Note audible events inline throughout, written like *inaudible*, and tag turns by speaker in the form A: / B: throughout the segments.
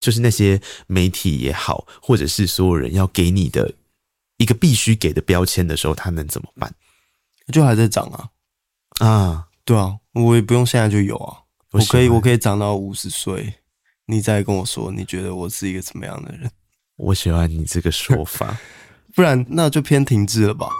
A: 就是那些媒体也好，或者是所有人要给你的一个必须给的标签的时候，他能怎么办
B: 就还在涨啊。
A: 啊？
B: 对啊，我也不用现在就有啊，我
A: 我
B: 可以
A: 喜欢
B: 我可以长到五十岁，你再跟我说你觉得我是一个怎么样的人，
A: 我喜欢你这个说法。
B: 不然那就偏停滞了吧。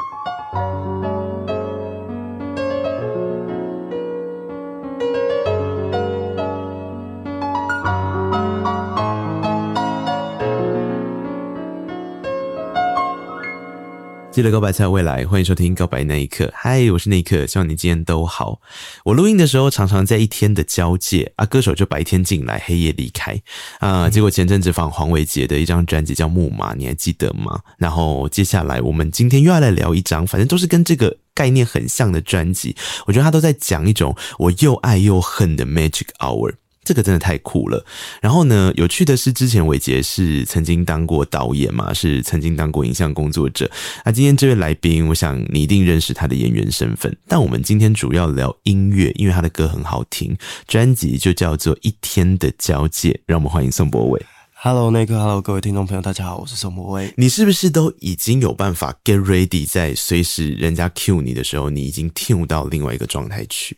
A: 记得告白才有未来，欢迎收听《告白那一刻》。嗨，我是那一刻，希望你今天都好。我录音的时候常常在一天的交界啊，歌手就白天进来，黑夜离开啊、结果前阵子访黄伟杰的一张专辑叫《木马》，你还记得吗？然后接下来我们今天又要来聊一张，反正都是跟这个概念很像的专辑。我觉得他都在讲一种我又爱又恨的 Magic Hour。这个真的太酷了。然后呢，有趣的是，之前伟杰是曾经当过导演嘛，是曾经当过影像工作者，那啊今天这位来宾，我想你一定认识他的演员身份，但我们今天主要聊音乐，因为他的歌很好听，专辑就叫做《一天的交界》。让我们欢迎宋博伟。
B: Hello，那个 Hello，各位听众朋友，大家好，我是宋博威。
A: 你是不是都已经有办法 get ready，在随时人家 cue 你的时候，你已经 tune 到另外一个状态去？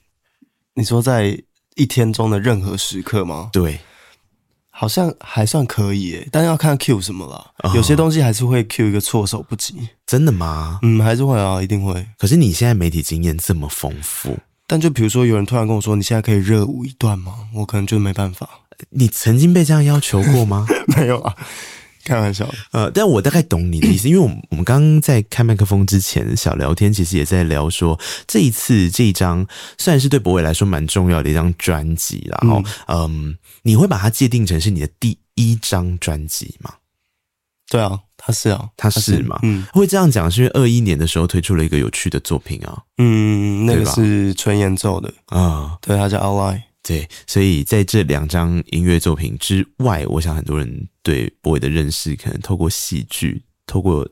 B: 你说在一天中的任何时刻吗？
A: 对，
B: 好像还算可以耶，但要看 Q 什么啦。有些东西还是会 Q 一个措手不及，
A: 真的吗？
B: 嗯，还是会啊，一定会。
A: 可是你现在媒体经验这么丰富，
B: 但就比如说，有人突然跟我说：“你现在可以热舞一段吗？”我可能就没办法，
A: 你曾经被这样要求过吗？
B: *laughs* 没有啊，开玩笑的。
A: 呃，但我大概懂你的意思，因为我们我们刚刚在开麦克风之前小聊天，其实也在聊说，这一次这一张算是对博伟来说蛮重要的一张专辑啦，然后嗯你会把它界定成是你的第一张专辑吗？
B: 对啊，他是啊，
A: 它是吗？
B: 嗯
A: 会这样讲是因为二一年的时候推出了一个有趣的作品啊
B: 嗯，那
A: 对
B: 个
A: 吧
B: 是纯演奏的，
A: 啊、
B: 对，他叫 Outline。
A: 对，所以在这两张音乐作品之外，我想很多人对博伟的认识，可能透过戏剧，透过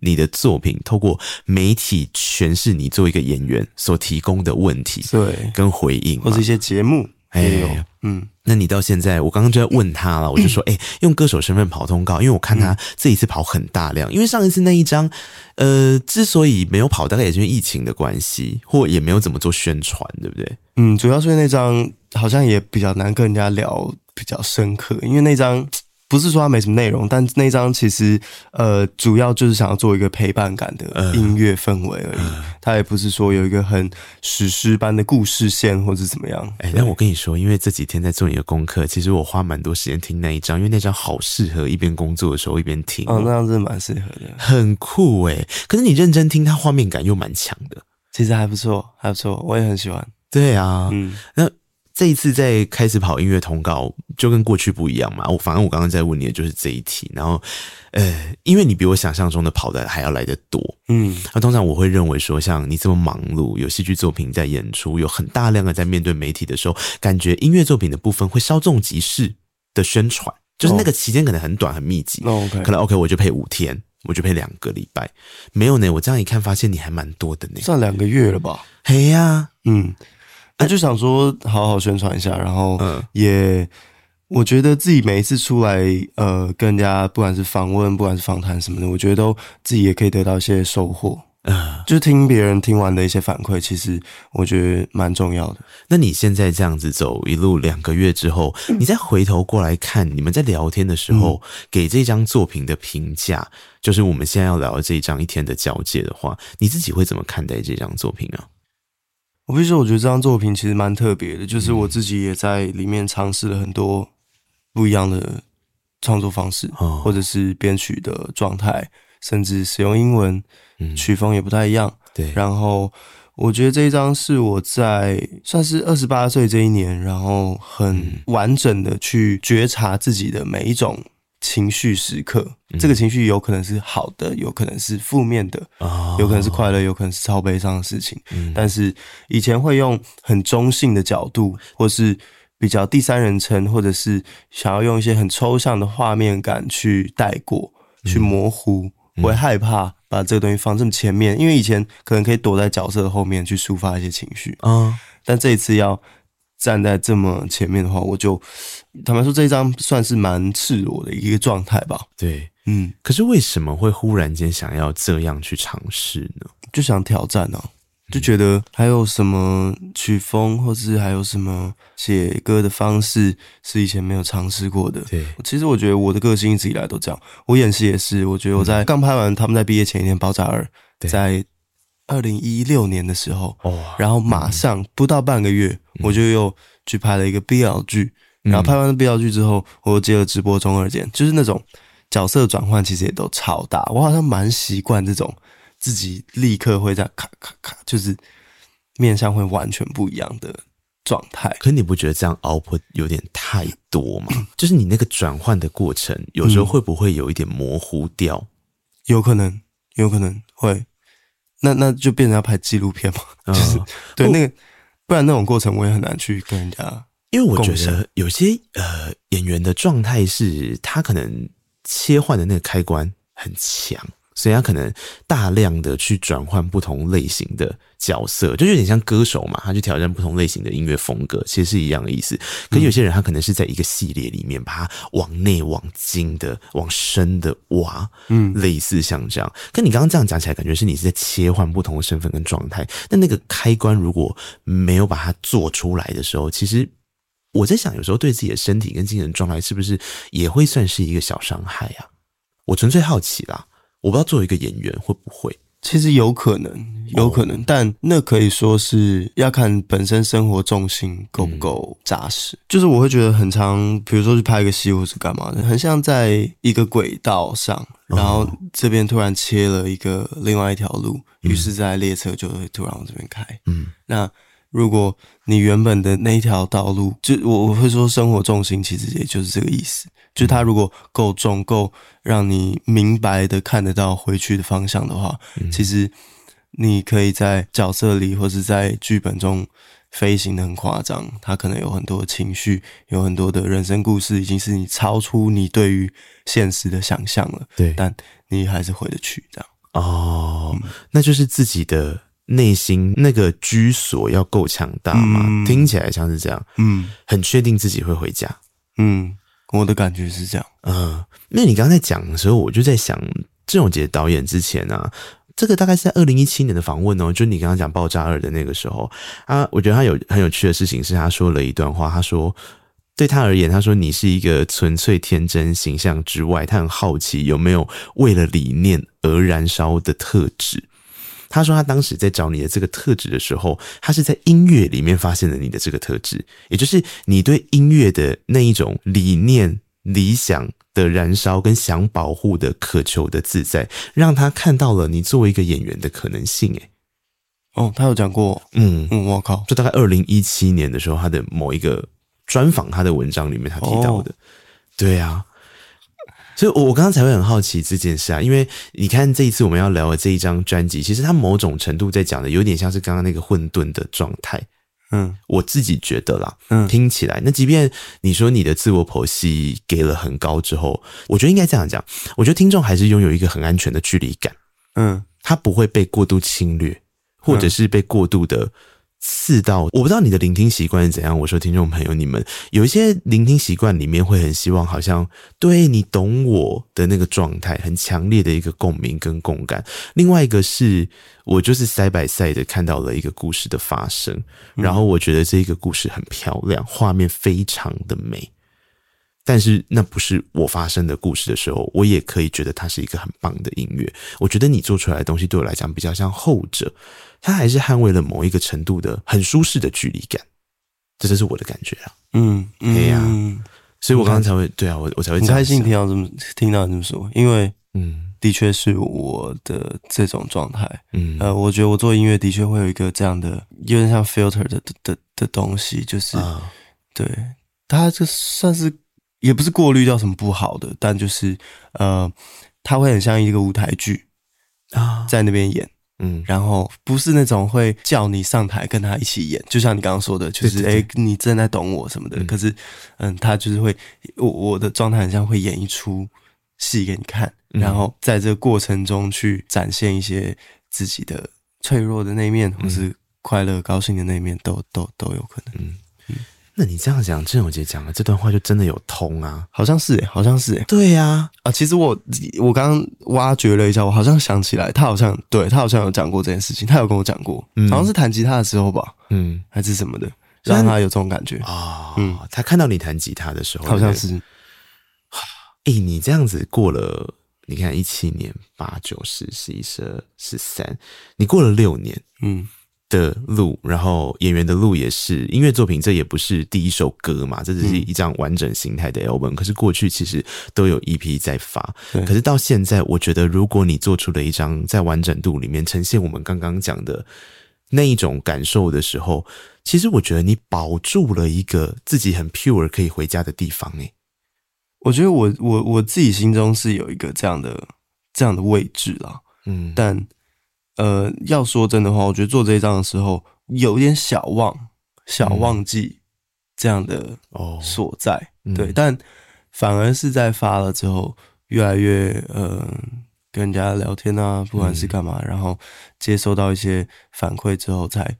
A: 你的作品，透过媒体诠释你作为一个演员所提供的问题
B: 对，
A: 跟回应嘛。
B: 或者一些节目也有，
A: 哎
B: 嗯，
A: 那你到现在，我刚刚就在问他了，我就说，哎、用歌手身份跑通告，因为我看
B: 嗯
A: 他这一次跑很大量，因为上一次那一张，呃，之所以没有跑，大概也是因为疫情的关系，或也没有怎么做宣传，对不对？
B: 嗯，主要是因为那张好像也比较难跟人家聊比较深刻，因为那张不是说它没什么内容，但那张其实呃主要就是想要做一个陪伴感
A: 嗯
B: 的音乐氛围而已，它也不是说有一个很史诗般的故事线或者怎么样。
A: 哎、但我跟你说，因为这几天在做你的功课，其实我花蛮多时间听那一张，因为那张好适合一边工作的时候一边听哦、
B: 哦，那样真的蛮适合的，
A: 很酷哎、可是你认真听，它画面感又蛮强的。
B: 其实还不错，还不错，我也很喜欢。
A: 对啊，
B: 嗯，
A: 那这一次在开始跑音乐通告，就跟过去不一样嘛。我反正我刚刚在问你的就是这一题，然后呃，因为你比我想象中的跑的还要来得多。
B: 嗯，
A: 那通常我会认为说，像你这么忙碌，有戏剧作品在演出，有很大量的在面对媒体的时候，感觉音乐作品的部分会稍纵即逝的宣传，就是那个期间可能很短很密集，
B: 那 OK，
A: 可能 OK 我就配五天，我就配两个礼拜，没有呢。我这样一看，发现你还蛮多的呢。
B: 算两个月了吧？
A: 嘿呀、
B: 嗯，那就想说好好宣传一下，然后
A: 哎嗯
B: 也我觉得自己每一次出来，呃，跟人家不管是访问，不管是访谈什么的，我觉得都自己也可以得到一些收获。
A: 呃，
B: 就是听别人听完的一些反馈，其实我觉得蛮重要的。
A: 那你现在这样子走一路两个月之后，
B: 嗯
A: 你再回头过来看你们在聊天的时候、给这张作品的评价，就是我们现在要聊的这一张一天的交界的话，你自己会怎么看待这张作品啊？
B: 我必须说，我觉得这张作品其实蛮特别的，
A: 嗯
B: 就是我自己也在里面尝试了很多不一样的创作方式，
A: 哦
B: 或者是编曲的状态，甚至使用英文，
A: 嗯
B: 曲风也不太一样。
A: 对，
B: 然后我觉得这一张是我在算是二十八岁这一年，然后很完整的去觉察自己的每一种情绪时刻。这个情绪有可能是好的，有可能是负面的，
A: 啊
B: 有可能是快乐，有可能是超悲伤的事情。
A: 嗯
B: 但是以前会用很中性的角度，或是比较第三人称，或者是想要用一些很抽象的画面感去带过、去模糊。我会害怕把这个东西放这么前面，因为以前可能可以躲在角色后面去抒发一些情绪，
A: 啊，
B: 但这一次要站在这么前面的话，我就坦白说，这一张算是蛮赤裸的一个状态吧。
A: 对。
B: 嗯，
A: 可是为什么会忽然间想要这样去尝试呢？
B: 就想挑战啊，就觉得还有什么曲风，或是还有什么写歌的方式是以前没有尝试过的。
A: 对，
B: 其实我觉得我的个性一直以来都这样，我演戏也是。我觉得我在刚拍完，他们在毕业前一天爆炸二，
A: 对
B: 在二零一六年的时候，
A: 哦，
B: 然后马上不到半个月，我就又去拍了一个 BL 剧，然后拍完 BL 剧之后，我又接了直播中二间，就是那种角色转换其实也都超大，我好像蛮习惯这种自己立刻会在咔咔咔，就是面向会完全不一样的状态。
A: 可你不觉得这样 output 有点太多吗？就是你那个转换的过程，有
B: 嗯
A: 时候会不会有一点模糊掉？
B: 有可能，有可能会，那那就变成要拍纪录片嘛，
A: 嗯
B: 就是 *laughs* 对
A: 不
B: 那个，不然那种过程我也很难去跟人家，
A: 因为我觉
B: 共
A: 得
B: 享
A: 有些呃演员的状态是他可能切换的那个开关很强，所以他可能大量的去转换不同类型的角色，就有点像歌手嘛，他去挑战不同类型的音乐风格，其实是一样的意思。可有些人他可能是在一个系列里面，把它往内、往精的、往深的挖，
B: 嗯
A: 类似像这样。跟你刚刚这样讲起来，感觉是你是在切换不同的身份跟状态。但那个开关如果没有把它做出来的时候，其实我在想，有时候对自己的身体跟精神状态是不是也会算是一个小伤害啊？我纯粹好奇啦，我不知道作为一个演员会不会。
B: 其实有可能，有可能，但那可以说是要看本身生活重心够不够扎实。就是我会觉得很常，比如说去拍一个戏或是干嘛的，很像在一个轨道上，然后这边突然切了一个另外一条路，于是在列车就会突然往这边开。
A: 嗯，
B: 那如果你原本的那一条道路，就我我会说生活重心其实也就是这个意思，就是它如果够重，够让你明白的看得到回去的方向的话，
A: 嗯
B: 其实你可以在角色里或是在剧本中飞行的很夸张，它可能有很多情绪，有很多的人生故事，已经是你超出你对于现实的想象了，
A: 对
B: 但你还是回得去这样。
A: 哦，
B: 嗯
A: 那就是自己的内心那个居所要够强大嘛，
B: 嗯
A: 听起来像是这样，
B: 嗯
A: 很确定自己会回家。
B: 嗯，我的感觉是这样。
A: 嗯，那你刚才讲的时候，我就在想，郑永杰导演之前啊，这个大概是在二零一七年的访问哦，就你刚刚讲《爆炸二》的那个时候啊，我觉得他有很有趣的事情是，他说了一段话，他说。对他而言，他说你是一个纯粹天真形象之外，他很好奇有没有为了理念而燃烧的特质。他说他当时在找你的这个特质的时候，他是在音乐里面发现了你的这个特质，也就是你对音乐的那一种理念、理想的燃烧跟想保护的渴求的自在，让他看到了你作为一个演员的可能性。诶，
B: 哦，他有讲过，
A: 嗯，
B: 嗯，我靠，
A: 就大概二零一七年的时候，他的某一个专访他的文章里面他提到的，对啊。所以我，我刚刚才会很好奇这件事啊，因为你看这一次我们要聊的这一张专辑，其实它某种程度在讲的有点像是刚刚那个混沌的状态，
B: 嗯
A: 我自己觉得啦，
B: 嗯
A: 听起来，那即便你说你的自我剖析给了很高之后，我觉得应该这样讲，我觉得听众还是拥有一个很安全的距离感，
B: 嗯
A: 他不会被过度侵略，或者是被过度的刺到。我不知道你的聆听习惯是怎样。我说，听众朋友，你们有一些聆听习惯里面会很希望，好像对你懂我的那个状态，很强烈的一个共鸣跟共感。另外一个是我就是塞百塞的看到了一个故事的发生，然后我觉得这个故事很漂亮，画面非常的美。但是那不是我发生的故事的时候，我也可以觉得它是一个很棒的音乐。我觉得你做出来的东西对我来讲比较像后者，它还是捍卫了某一个程度的很舒适的距离感，这就是我的感觉啊。
B: 嗯，嗯
A: 对呀
B: 嗯
A: 所以我刚刚才会对啊，我我才会
B: 很
A: 这样
B: 开心
A: 想
B: 听到这么听到你这么说，因为
A: 嗯
B: 的确是我的这种状态。
A: 嗯
B: 呃，我觉得我做音乐的确会有一个这样的，有点像 filter 的的的的东西，就是、
A: 啊
B: 对它这算是也不是过滤掉什么不好的，但就是呃，它会很像一个舞台剧呃
A: 啊
B: 在那边演，
A: 嗯
B: 然后不是那种会叫你上台跟他一起演，就像你刚刚说的，就是
A: 对
B: 诶，你正在懂我什么的。可是，嗯，他就是会，我我的状态很像会演一出戏给你看，
A: 嗯
B: 然后在这个过程中去展现一些自己的脆弱的那一面，或是快乐、高兴的那一面，都都都有可能。
A: 嗯嗯，那你这样讲，郑永杰讲的这段话就真的有通啊？
B: 好像是、欸，好像是、欸、
A: 对呀、
B: 啊。其实我我刚刚挖掘了一下，我好像想起来，他好像对他好像有讲过这件事情，他有跟我讲过，
A: 嗯
B: 好像是弹吉他的时候吧，
A: 嗯
B: 还是什么的，
A: 所以
B: 让
A: 他
B: 他有这种感觉，
A: 啊，
B: 嗯
A: 他看到你弹吉他的时候，
B: 好像是
A: 诶、你这样子过了，你看一七年、八九十、十一、十二、十三，你过了六年
B: 嗯
A: 的路，然后演员的路也是音乐作品，这也不是第一首歌嘛，这只是一张完整形态的 album、可是过去其实都有 EP 在发，
B: 对
A: 可是到现在，我觉得如果你做出了一张在完整度里面呈现我们刚刚讲的那一种感受的时候，其实我觉得你保住了一个自己很 pure 可以回家的地方、欸，
B: 我觉得我我我自己心中是有一个这样的这样的位置啦，
A: 嗯，
B: 但呃，要说真的话，我觉得做这一张的时候有点小忘小
A: 嗯
B: 忘记这样的
A: 哦，
B: 所在，
A: 嗯
B: 对，但反而是在发了之后，越来越呃跟人家聊天
A: 嗯
B: 啊，不管是干嘛，然后接收到一些反馈之后，才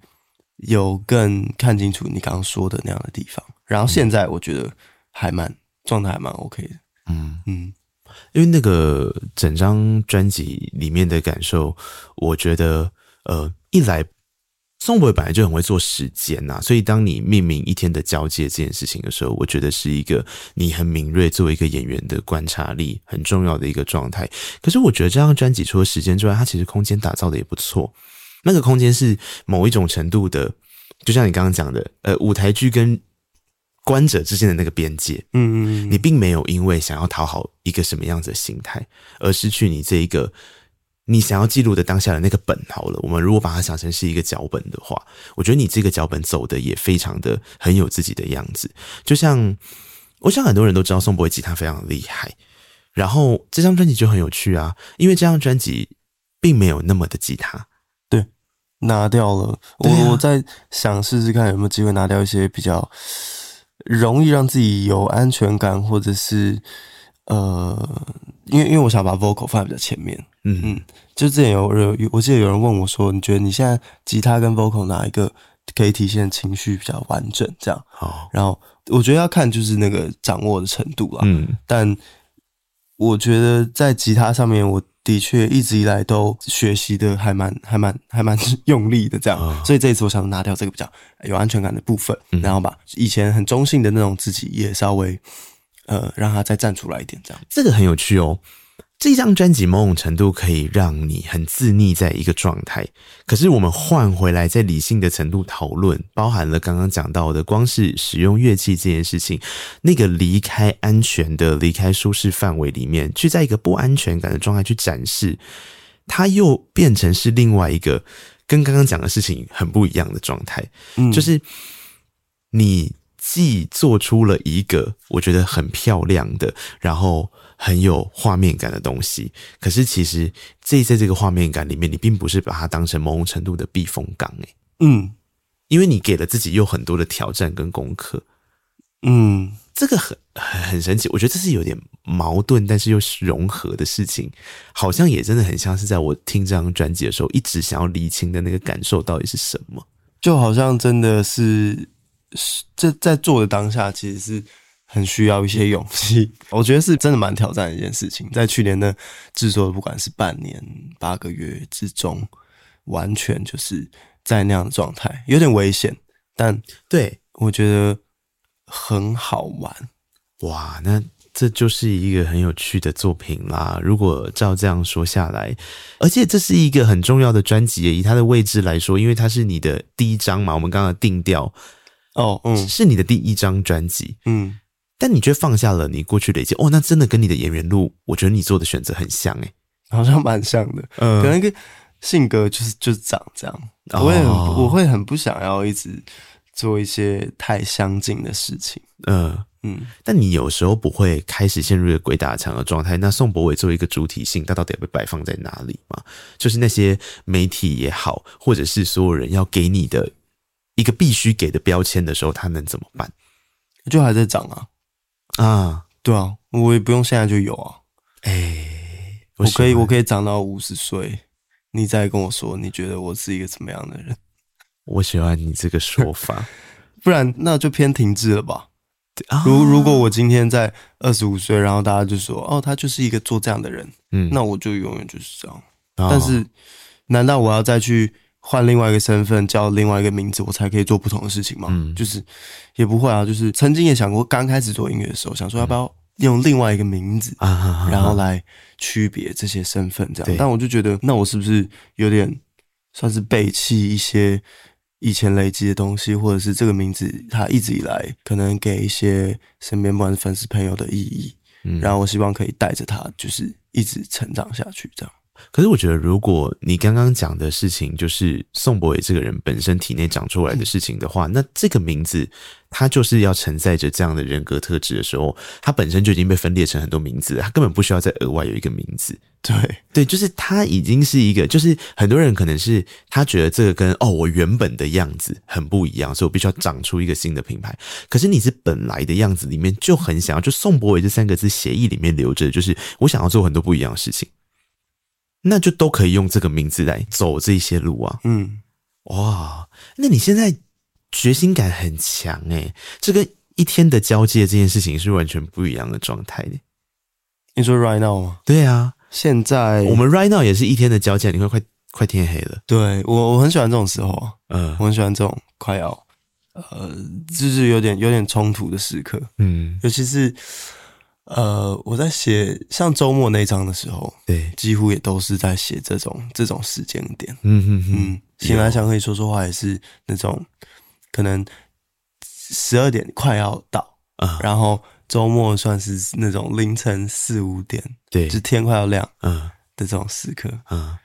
B: 有更看清楚你刚刚说的那样的地方。然后现在我觉得还蛮状态还蛮 OK 的，
A: 嗯。
B: 嗯
A: 因为那个整张专辑里面的感受，我觉得呃，一来宋博本来就很会做时间呐、所以当你命名一天的交界这件事情的时候，我觉得是一个你很敏锐作为一个演员的观察力很重要的一个状态。可是我觉得这张专辑除了时间之外，它其实空间打造的也不错。那个空间是某一种程度的，就像你刚刚讲的，呃，舞台剧跟观者之间的那个边界，
B: 嗯嗯，
A: 你并没有因为想要讨好一个什么样子的心态，而失去你这一个你想要记录的当下的那个本。好了，我们如果把它想成是一个脚本的话，我觉得你这个脚本走的也非常的很有自己的样子。就像我想很多人都知道宋博吉他非常厉害，然后这张专辑就很有趣啊，因为这张专辑并没有那么的吉他，
B: 拿掉了，我、
A: 对啊
B: 我在想试试看有没有机会拿掉一些比较容易让自己有安全感，或者是呃，因为因为我想把 vocal 放在比较前面，
A: 嗯
B: 嗯就之前有有有我记得有人问我说，你觉得你现在吉他跟 vocal 哪一个可以体现情绪比较完整？这样，
A: 好，
B: 然后我觉得要看就是那个掌握的程度啦，
A: 嗯
B: 但我觉得在吉他上面，我的确一直以来都学习的还蛮、还蛮、还蛮用力的这样，
A: 啊
B: 所以这一次我想拿掉这个比较有安全感的部分，
A: 嗯
B: 然后把以前很中性的那种自己也稍微呃让它再站出来一点，这样。
A: 这个很有趣哦。这张专辑某种程度可以让你很自溺在一个状态，可是我们换回来在理性的程度讨论，包含了刚刚讲到的，光是使用乐器这件事情，那个离开安全的、离开舒适范围里面，去在一个不安全感的状态去展示，它又变成是另外一个跟刚刚讲的事情很不一样的状态。
B: 嗯
A: 就是你既做出了一个我觉得很漂亮的，然后很有画面感的东西，可是其实这在这个画面感里面，你并不是把它当成某种程度的避风港、欸，
B: 嗯
A: 因为你给了自己有很多的挑战跟功课，
B: 嗯，
A: 这个很很很神奇，我觉得这是有点矛盾，但是又是融合的事情，好像也真的很像是在我听这张专辑的时候，一直想要厘清的那个感受到底是什么。
B: 就好像真的是是这在做的当下，其实是很需要一些勇气。 *laughs* 我觉得是真的蛮挑战的一件事情。在去年的制作，不管是半年、八个月之中，完全就是在那样的状态，有点危险，但
A: 对，
B: 我觉得很好玩。
A: 哇，那这就是一个很有趣的作品啦。如果照这样说下来，而且这是一个很重要的专辑，以它的位置来说，因为它是你的第一张嘛，我们刚刚定调
B: 哦，嗯
A: 是你的第一张专辑，
B: 嗯，
A: 但你却放下了你过去的一切。哦，那真的跟你的演员路，我觉得你做的选择很像欸诶、
B: 好像蛮像的，
A: 嗯
B: 可能跟性格就是就是长这样。我会很、
A: 哦
B: 我会很不想要一直做一些太相近的事情。
A: 嗯、
B: 嗯，
A: 但你有时候不会开始陷入一个鬼打墙的状态。那宋博伟作为一个主体性，他到底要被摆放在哪里嘛？就是那些媒体也好，或者是所有人要给你的一个必须给的标签的时候，他能怎么办
B: 就还在涨啊。
A: 啊？
B: 对啊，我也不用现在就有啊，
A: 哎、
B: 我可以，我
A: 以，
B: 可以长到五十岁，你再跟我说你觉得我是一个怎么样的人？
A: 我喜欢你这个说法。
B: 不然那就偏停滞了吧。
A: 啊
B: 如如果我今天在二十五岁，然后大家就说哦，他就是一个做这样的人，
A: 嗯
B: 那我就永远就是这样。
A: 哦
B: 但是，难道我要再去换另外一个身份，叫另外一个名字，我才可以做不同的事情吗？
A: 嗯
B: 就是也不会啊。就是曾经也想过，刚开始做音乐的时候，想说要不要用另外一个名字，
A: 啊哈哈哈，
B: 然后来区别这些身份，这
A: 对
B: 样。但我就觉得，那我是不是有点算是背弃一些以前累积的东西，或者是这个名字它一直以来可能给一些身边不管是粉丝朋友的意义？
A: 嗯
B: 然后我希望可以带着它，就是一直成长下去，这样。
A: 可是我觉得，如果你刚刚讲的事情就是宋博伟这个人本身体内长出来的事情的话，那这个名字它就是要承载着这样的人格特质的时候，它本身就已经被分裂成很多名字了，它根本不需要再额外有一个名字。
B: 对，
A: 对，就是他已经是一个，就是很多人可能是他觉得这个跟哦我原本的样子很不一样，所以我必须要长出一个新的品牌。可是你是本来的样子里面就很想要，就宋博伟这三个字协议里面留着，就是我想要做很多不一样的事情，那就都可以用这个名字来走这些路啊。
B: 嗯，
A: 哇，那你现在决心感很强诶、这跟一天的交界这件事情是完全不一样的状态的。
B: 你说 right now 吗？
A: 对啊，
B: 现在
A: 我们 right now 也是一天的交界，你会快快天黑了。
B: 对我我很喜欢这种时候啊，
A: 嗯
B: 我很喜欢这种快要呃，就是有点有点冲突的时刻，
A: 嗯，
B: 尤其是呃，我在写像周末那一章的时候，
A: 对，
B: 几乎也都是在写这种这种时间点。
A: 嗯哼哼，
B: 嗯，醒来想和你说说话，也是那种可能十二点快要到，
A: 啊
B: 然后周末算是那种凌晨四五点，
A: 对
B: 就，天快要亮
A: 嗯
B: 的这种时刻。
A: 嗯，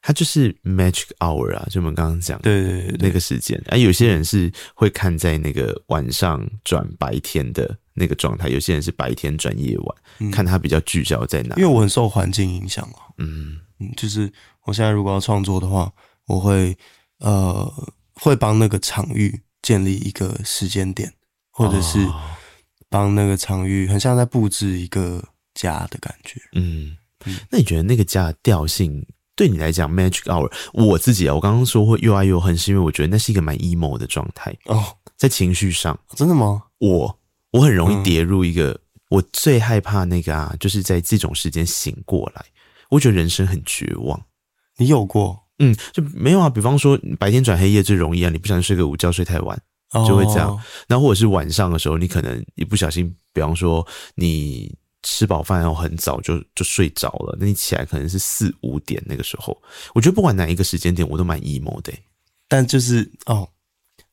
A: 它就是 magic hour 啊，就我们刚刚讲的
B: 对对对对
A: 那个时间啊，有些人是会看在那个晚上转白天的那个状态，有些人是白天转夜晚，看他比较聚焦在哪
B: 因。为我很受环境影响哦，
A: 嗯
B: 嗯，就是我现在如果要创作的话，我会呃会帮那个场域建立一个时间点，或者是
A: 哦
B: 帮那个场域，很像在布置一个家的感觉。
A: 嗯，那你觉得那个家的调性？对你来讲，Magic Hour，我自己啊，我刚刚说会又爱又恨，是因为我觉得那是一个蛮 emo 的状态，
B: 哦，
A: 在情绪上，
B: 真的吗？
A: 我我很容易跌入一个、我最害怕那个啊，就是在这种时间醒过来，我觉得人生很绝望。
B: 你有过？
A: 嗯，就没有啊。比方说白天转黑夜最容易啊，你不小心睡个午觉睡太晚，
B: 哦
A: 就会这样。那或者是晚上的时候，你可能一不小心，比方说你吃饱饭然后很早就就睡着了，那你起来可能是四五点那个时候。我觉得不管哪一个时间点，我都蛮 emo 的欸、
B: 但就是哦，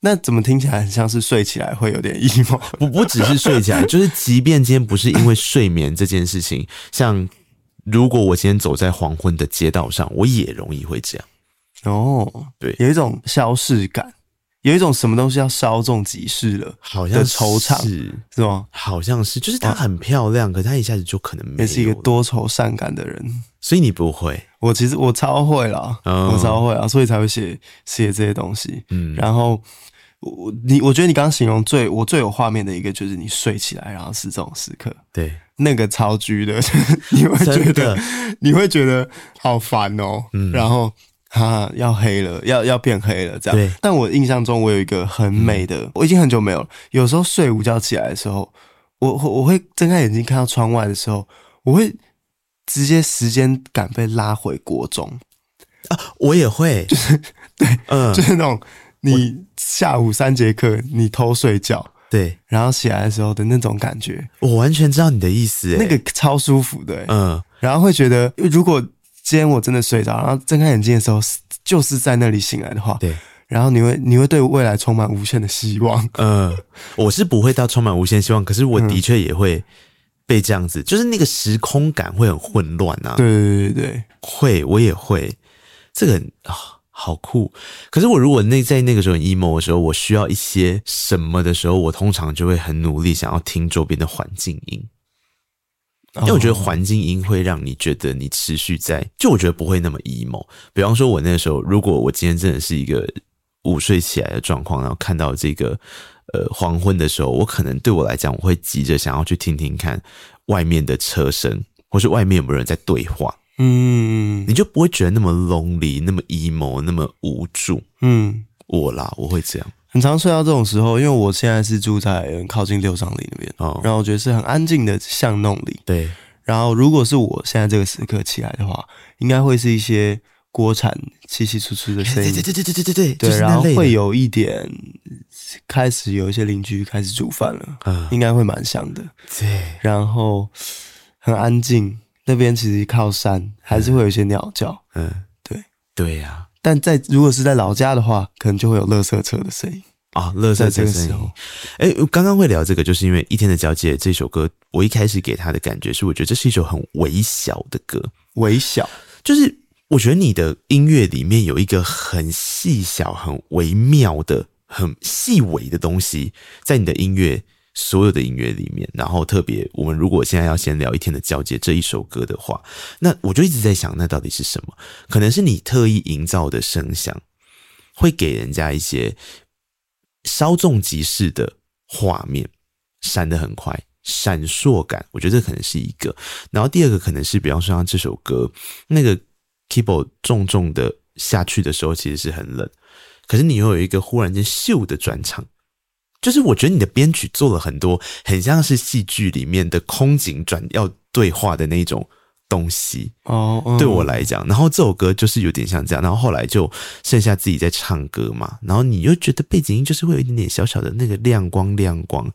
B: 那怎么听起来很像是睡起来会有点 emo？
A: 不不只是睡
B: *laughs*
A: 起来，就是即便今天不是因为睡眠这件事情，像如果我今天走在黄昏的街道上，我也容易会这样。
B: 哦，
A: *laughs* 对
B: 有一种消逝感，有一种什么东西要稍纵即逝了，
A: 好像
B: 像是惆怅
A: 是，
B: 是吗？
A: 好像是，就是它很漂亮，可它一下子就可能没
B: 也是一
A: 有
B: 个
A: 了，
B: 多愁善感的人。
A: 所以你不会，
B: 我其实我超会啦，
A: 哦
B: 我超会啊，所以才会写写这些东西。
A: 嗯，
B: 然后我我你，我觉得你刚刚形容最我最有画面的一个就是你睡起来，然后是这种时刻，
A: 对，
B: 那个超居的， *laughs* 你会觉
A: 真
B: 得
A: 的嗯
B: 你会觉得好烦哦。然后哈要黑了，要要变黑了这
A: 对嗯
B: 样。但我印象中，我有一个很美的，我已经很久没有了。有时候睡午觉起来的时候，我我我会睁开眼睛看到窗外的时候，我会直接时间感被拉回国中。
A: 我也
B: *laughs*
A: 会，就是对，嗯
B: 就，是那种你下午三节课你偷睡觉，
A: 对
B: 然后起来的时候的那种感觉，
A: 我完全知道你的意思、欸，
B: 那个超舒服的欸、
A: 嗯，
B: 然后会觉得，如果今天我真的睡着，然后睁开眼睛的时候，就是在那里醒来的话，
A: 对。
B: 然后你会你会对未来充满无限的希望。
A: 嗯，我是不会到充满无限希望，可是
B: 嗯
A: 我的确也会被这样子，就是那个时空感会很混乱啊。
B: 对对对对对，
A: 会，我也会，这个很啊、好酷。可是我如果那在那个时候很 emo 的时候，我需要一些什么的时候，我通常就会很努力想要听周边的环境音，因为我觉
B: 哦
A: 得环境音会让你觉得你持续在，就我觉得不会那么 emo。比方说，我那个时候，如果我今天真的是一个午睡起来的状况，然后看到这个呃黄昏的时候，我可能对我来讲，我会急着想要去听听看外面的车声，或是外面有没有人在对话。
B: 嗯
A: 你就不会觉得那么 lonely、那么 emo、那么无助。
B: 嗯，
A: 我啦，我会这样。
B: 很常睡到这种时候，因为我现在是住在嗯靠近六张里那边，
A: 哦
B: 然后我觉得是很安静的巷弄里。
A: 对，
B: 然后如果是我现在这个时刻起来的话，应该会是一些锅铲稀稀疏疏的
A: *laughs*
B: 声音，
A: 对对对对对
B: 对
A: 就是
B: 然
A: 那
B: 后
A: 类的
B: 会有一点开始有一些邻居开始煮饭了，
A: 啊，
B: 应该会蛮香的。
A: 对，
B: 然后很安静，那边其实靠山，还是会有一些鸟叫。
A: 嗯，
B: 对
A: 对啊呀、
B: 但在如果是在老家的话，可能就会有垃圾车的声音。
A: 啊，乐色这
B: 在这
A: 个
B: 个
A: 声
B: 时
A: 音
B: 候。，
A: 哎、我刚刚会聊这个，就是因为《一天的交界》这首歌，我一开始给他的感觉是，我觉得这是一首很微小的歌，
B: 微小，
A: 就是我觉得你的音乐里面有一个很细小、很微妙的、很细微的东西，在你的音乐所有的音乐里面。然后特别，我们如果现在要先聊《一天的交界》这一首歌的话，那我就一直在想，那到底是什么？可能是你特意营造的声响，会给人家一些稍纵即逝的画面，闪得很快。闪烁感，我觉得这可能是一个。然后第二个可能是，比方说像这首歌，那个 keyboard 重重的下去的时候，其实是很冷，可是你又有一个忽然间咻的转场，就是我觉得你的编曲做了很多，很像是戏剧里面的空景转要对话的那种东西，
B: 哦，嗯
A: 对我，来讲。然后这首歌就是有点像这样，然后后来就剩下自己在唱歌嘛，然后你又觉得背景音就是会有一点点小小的那个亮光亮光，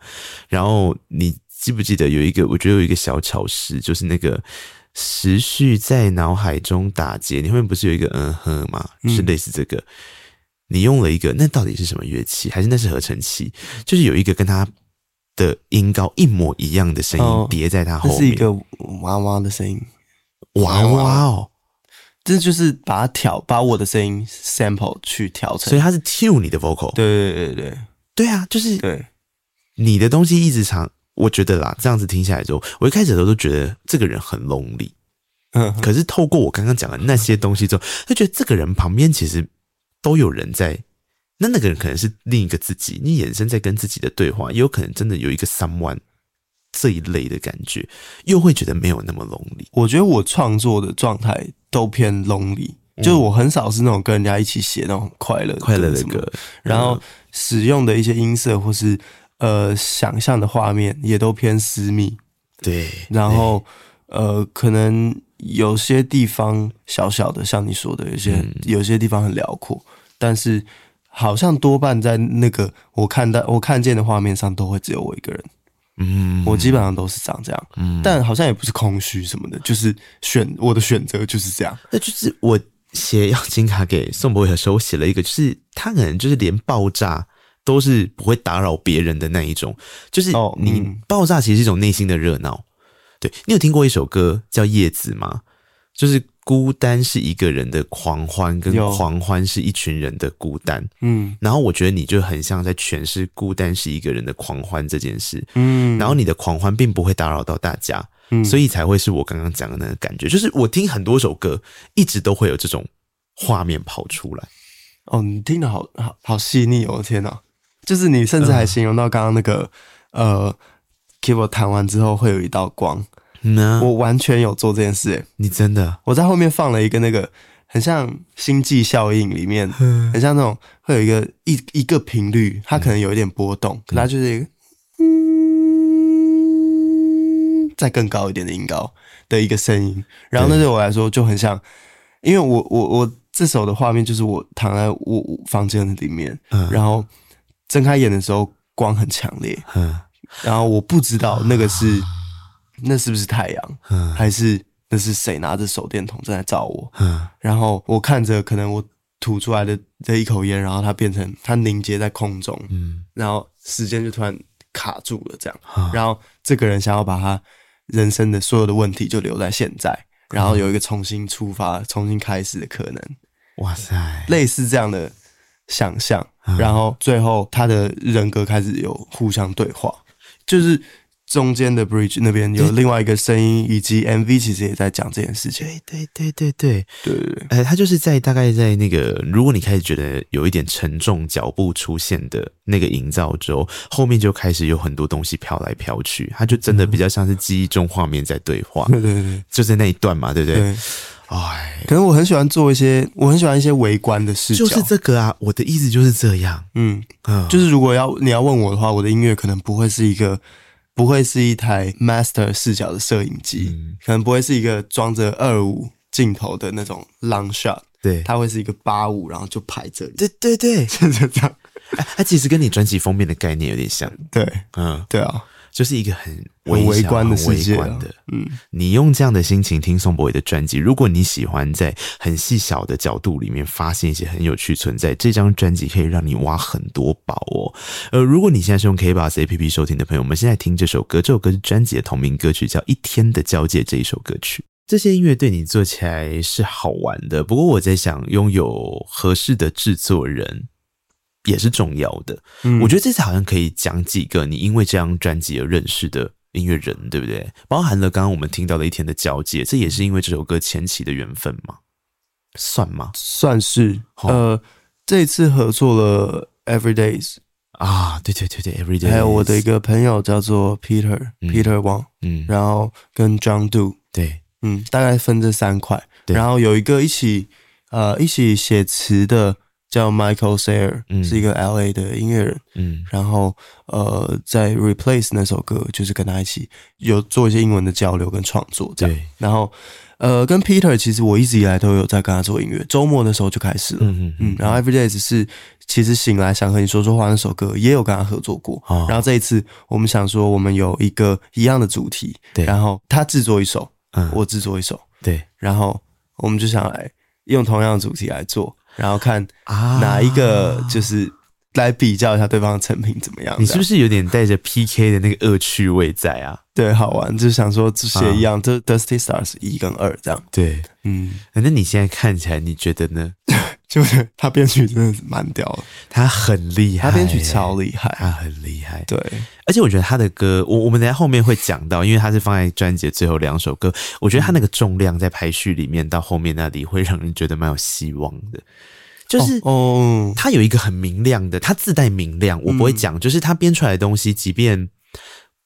A: 然后你记不记得有一个，我觉得有一个呃小巧思，就是那个。时序在脑海中打结，你后面不是有一个嗯哼吗？是类似这个，你用了一个，那到底是什么乐器？还是那是合成器？就是有一个跟它的音高一模一样的声音
B: 哦
A: 叠在它后
B: 这
A: 面，
B: 是一个哇哇的声音，
A: 娃娃哦，
B: 这就是把它调，把我的声音 sample 去调
A: 所
B: 成
A: 以。它是 tune 你的 vocal。
B: 对对对对
A: 对啊，就是
B: 对
A: 你的东西一直长，我觉得啦，这样子听下来之后，我一开始的时候都觉得这个人很 lonely，
B: 嗯，
A: 可是透过我刚刚讲的那些东西之后，就觉得这个人旁边其实都有人在。那那个人可能是另一个自己，你眼神在跟自己的对话，也有可能真的有一个 someone 这一类的感觉，又会觉得没有那么 lonely。
B: 我觉得我创作的状态都偏 lonely，、就是我很少是那种跟人家一起写那种很快乐
A: 嗯快乐的
B: 什么
A: 歌，嗯
B: 然后使用的一些音色或是呃想象的画面也都偏私密，
A: 对，
B: 然后呃可能有些地方小小的，像你说的，有些、
A: 嗯
B: 有些地方很辽阔，但是好像多半在那个我看到我看见的画面上都会只有我一个人，
A: 嗯，
B: 我基本上都是长这样，但好像也不是空虚什么的，就是选我的选择就是这样，
A: 那就是我写邀请卡给宋博伟的时候，我写了一个，就是他可能就是连爆炸都是不会打扰别人的那一种，就是
B: 哦
A: 你
B: 嗯
A: 爆炸其实是一种内心的热闹。对你有听过一首歌叫《叶子》吗？就是孤单是一个人的狂欢，跟
B: 有
A: 狂欢是一群人的孤单。
B: 嗯
A: 然后我觉得你就很像在诠释孤单是一个人的狂欢这件事。
B: 嗯，
A: 然后你的狂欢并不会打扰到大家，
B: 嗯
A: 所以才会是我刚刚讲的那个感觉。就是我听很多首歌，一直都会有这种画面跑出来。
B: 哦，你听的好好好细腻哦！天哪，就是你甚
A: 嗯
B: 至还形容到刚刚那个、呃，keyboard 弹完之后会有一道光，
A: 那
B: 我完全有做这件事欸耶。
A: 你真的
B: 我在后面放了一个那个很像《星际效应》里面，
A: 嗯
B: 很像那种会有一个一一个频率，它可能有一点波动，可它就是一个嗯，再更高一点的音高的一个声音。然后那对我来说就很像，因为我我我这首的画面就是我躺在我我房间里面，
A: 嗯
B: 然后睁开眼的时候光很强烈，
A: 嗯
B: 然后我不知道那个是那是不是太阳，
A: 嗯
B: 还是那是谁拿着手电筒正在照我。
A: 嗯
B: 然后我看着可能我吐出来的这一口烟，然后它变成它凝结在空中，
A: 嗯
B: 然后时间就突然卡住了，这样
A: 啊。
B: 然后这个人想要把他人生的所有的问题就留在现在，然
A: 嗯
B: 后有一个重新出发、重新开始的可能，
A: 哇塞，
B: 类似这样的想象。
A: 嗯
B: 然后最后他的人格开始有互相对话，就是。中间的 bridge 那边有另外一个声音，以及 MV 其实也在讲这件事情。
A: 对对对对对，
B: 对对对，
A: 呃，他就是在大概在那个，如果你开始觉得有一点沉重脚步出现的那个营造之后，后面就开始有很多东西飘来飘嗯去，他就真的比较像是记忆中画面在对话， *laughs*
B: 对对对
A: 就是那一段嘛，对不对？
B: 对，
A: 哎，
B: 可能我很喜欢做一些，我很喜欢一些围观的视角。
A: 就是这个啊，我的意思就是这样。
B: 嗯，
A: 嗯，
B: 就是如果要你要问我的话，我的音乐可能不会是一个，不会是一台 master 视角的摄影机，
A: 嗯
B: 可能不会是一个装着二五镜头的那种 long shot，
A: 对，
B: 它会是一个八五，然后就拍这里，
A: 对对对，
B: 就这样。
A: 哎它其实跟你专辑封面的概念有点像， *laughs*
B: 对
A: 嗯，
B: 对啊，
A: 就是一个很
B: 很
A: 微
B: 微
A: 小
B: 观的
A: 很
B: 世界
A: 微
B: 啊
A: 观的。，
B: 嗯，
A: 你用这样的心情听宋博伟的专辑，如果你喜欢在很细小的角度里面发现一些很有趣存在，这张专辑可以让你挖很多宝哦。呃，如果你现在是用 K b o x APP 收听的朋友，我们现在听这首歌，这首歌是专辑的同名歌曲，叫《一天的交界》这一首歌曲。这些音乐对你做起来是好玩的，不过我在想，拥有合适的制作人也是重要的。
B: 嗯
A: 我觉得这次好像可以讲几个你因为这张专辑而认识的音乐人，对不对？包含了刚刚我们听到的《一天的交界》，这也是因为这首歌前期的缘分吗？算吗？
B: 算是
A: 好
B: 呃，这一次合作了 Everydays，
A: 啊，对对对对，Every Day，
B: 还哎有我的一，个朋友叫做 Peter、
A: 嗯
B: Peter Wang，
A: 嗯，
B: 然后跟 John Do，
A: 对，
B: 嗯，大概分这三块。
A: 对
B: 然后有一个一起呃一起写词的叫 Michael Sayer，、
A: 嗯
B: 是一个 L A 的音乐人。
A: 嗯
B: 然后呃，在 Replace 那首歌，就是跟他一起有做一些英文的交流跟创作这样
A: 对。
B: 然后呃，跟 Peter 其实我一直以来都有在跟他做音乐，周末的时候就开始了。嗯
A: 嗯嗯
B: 嗯，然后 Everydays 是其实醒来想和你说说话那首歌也有跟他合作过，
A: 哦
B: 然后这一次我们想说我们有一个一样的主题，
A: 对
B: 然后他制作一首，
A: 嗯，
B: 我制作一首，
A: 对
B: 然后我们就想来用同样的主题来做，然后看
A: 啊
B: 哪一个就是来比较一下对方的成品怎么样。
A: 你是不
B: 是
A: 是有点带着 PK 的那个恶趣味在啊？
B: 对好玩？就想说这
A: 嗯
B: 些一样，就 Dusty Stars 一跟二这样。
A: 对，
B: 嗯，
A: 那你现在看起来，你觉得呢？
B: 就是他编曲真的是蛮屌的，
A: 他很厉害、
B: 他编曲超，厉害。
A: 他很厉害。
B: 对，
A: 而且我觉得他的歌，我我们等一下后面会讲到，因为他是放在专辑的最后两首歌。我觉得他那个重量在排序里面到后面那里，会让人觉得蛮有希望的。就是
B: 哦，
A: 他有一个很明亮的，他自带明亮，我不
B: 嗯
A: 会讲，就是他编出来的东西，即便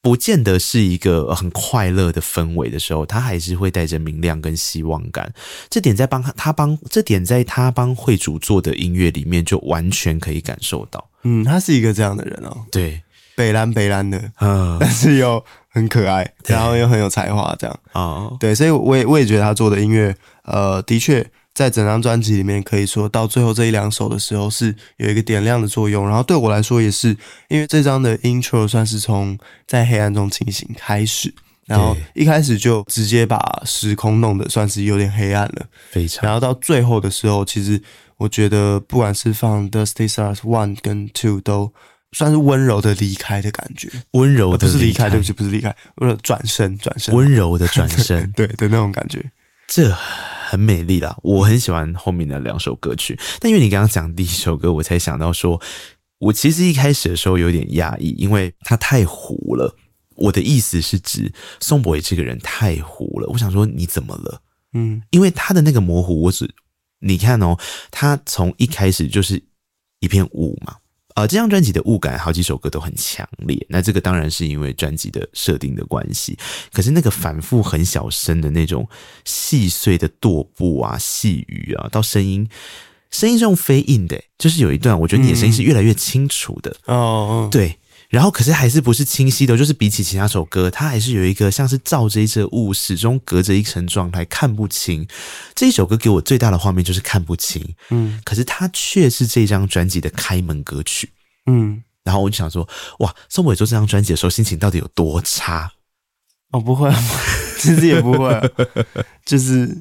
A: 不见得是一个呃很快乐的氛围的时候，他还是会带着明亮跟希望感。这点在帮他，他帮这点在他帮惠主做的音乐里面，就完全可以感受到。
B: 嗯，他是一个这样的人哦，
A: 对，
B: 北兰北兰的，
A: 嗯
B: 但是又很可爱，然后又很有才华，这样。
A: 哦，
B: 对，所以我也我也觉得他做的音乐，呃，的确在整张专辑里面，可以说到最后这一两首的时候是有一个点亮的作用。然后对我来说也是，因为这张的 intro 算是从在黑暗中清醒开始，然后一开始就直接把时空弄得算是有点黑暗了。
A: 非常。
B: 然后到最后的时候，其实我觉得不管是放 Dusty Stars One 跟 Two 都。算是温柔的离开的感觉，
A: 温柔
B: 呃
A: 的
B: 不是离
A: 开，
B: 开，对不起，不是离开，温柔转身，转身，
A: 温柔的转
B: *laughs*
A: 身，
B: 对的那种感觉。
A: 这很美丽啦。我很喜欢后面的两首歌曲，但因为你刚刚讲第一首歌，我才想到说，我其实一开始的时候有点压抑，因为他太糊了。我的意思是指宋博伟这个人太糊了，我想说你怎么了？
B: 嗯
A: 因为他的那个模糊，我只你看哦，他从一开始就是一片雾嘛。呃，这张专辑的雾感好几首歌都很强烈，那这个当然是因为专辑的设定的关系。可是那个反复很小声的那种细碎的跺步啊、细语啊，到声音，声音是用飞印的、就是有一段我觉得你的声音是越来越清楚的，
B: 哦，对，
A: 对，然后可是还是不是清晰的，就是比起其他首歌，它还是有一个像是罩着一遮雾，始终隔着一层状态，看不清。这一首歌给我最大的画面就是看不清，
B: 嗯
A: 可是它却是这张专辑的开门歌曲。
B: 嗯，
A: 然后我就想说，哇，宋伟做这张专辑的时候心情到底有多差？
B: 哦，不会、啊， *laughs* 其实也不会啊、就是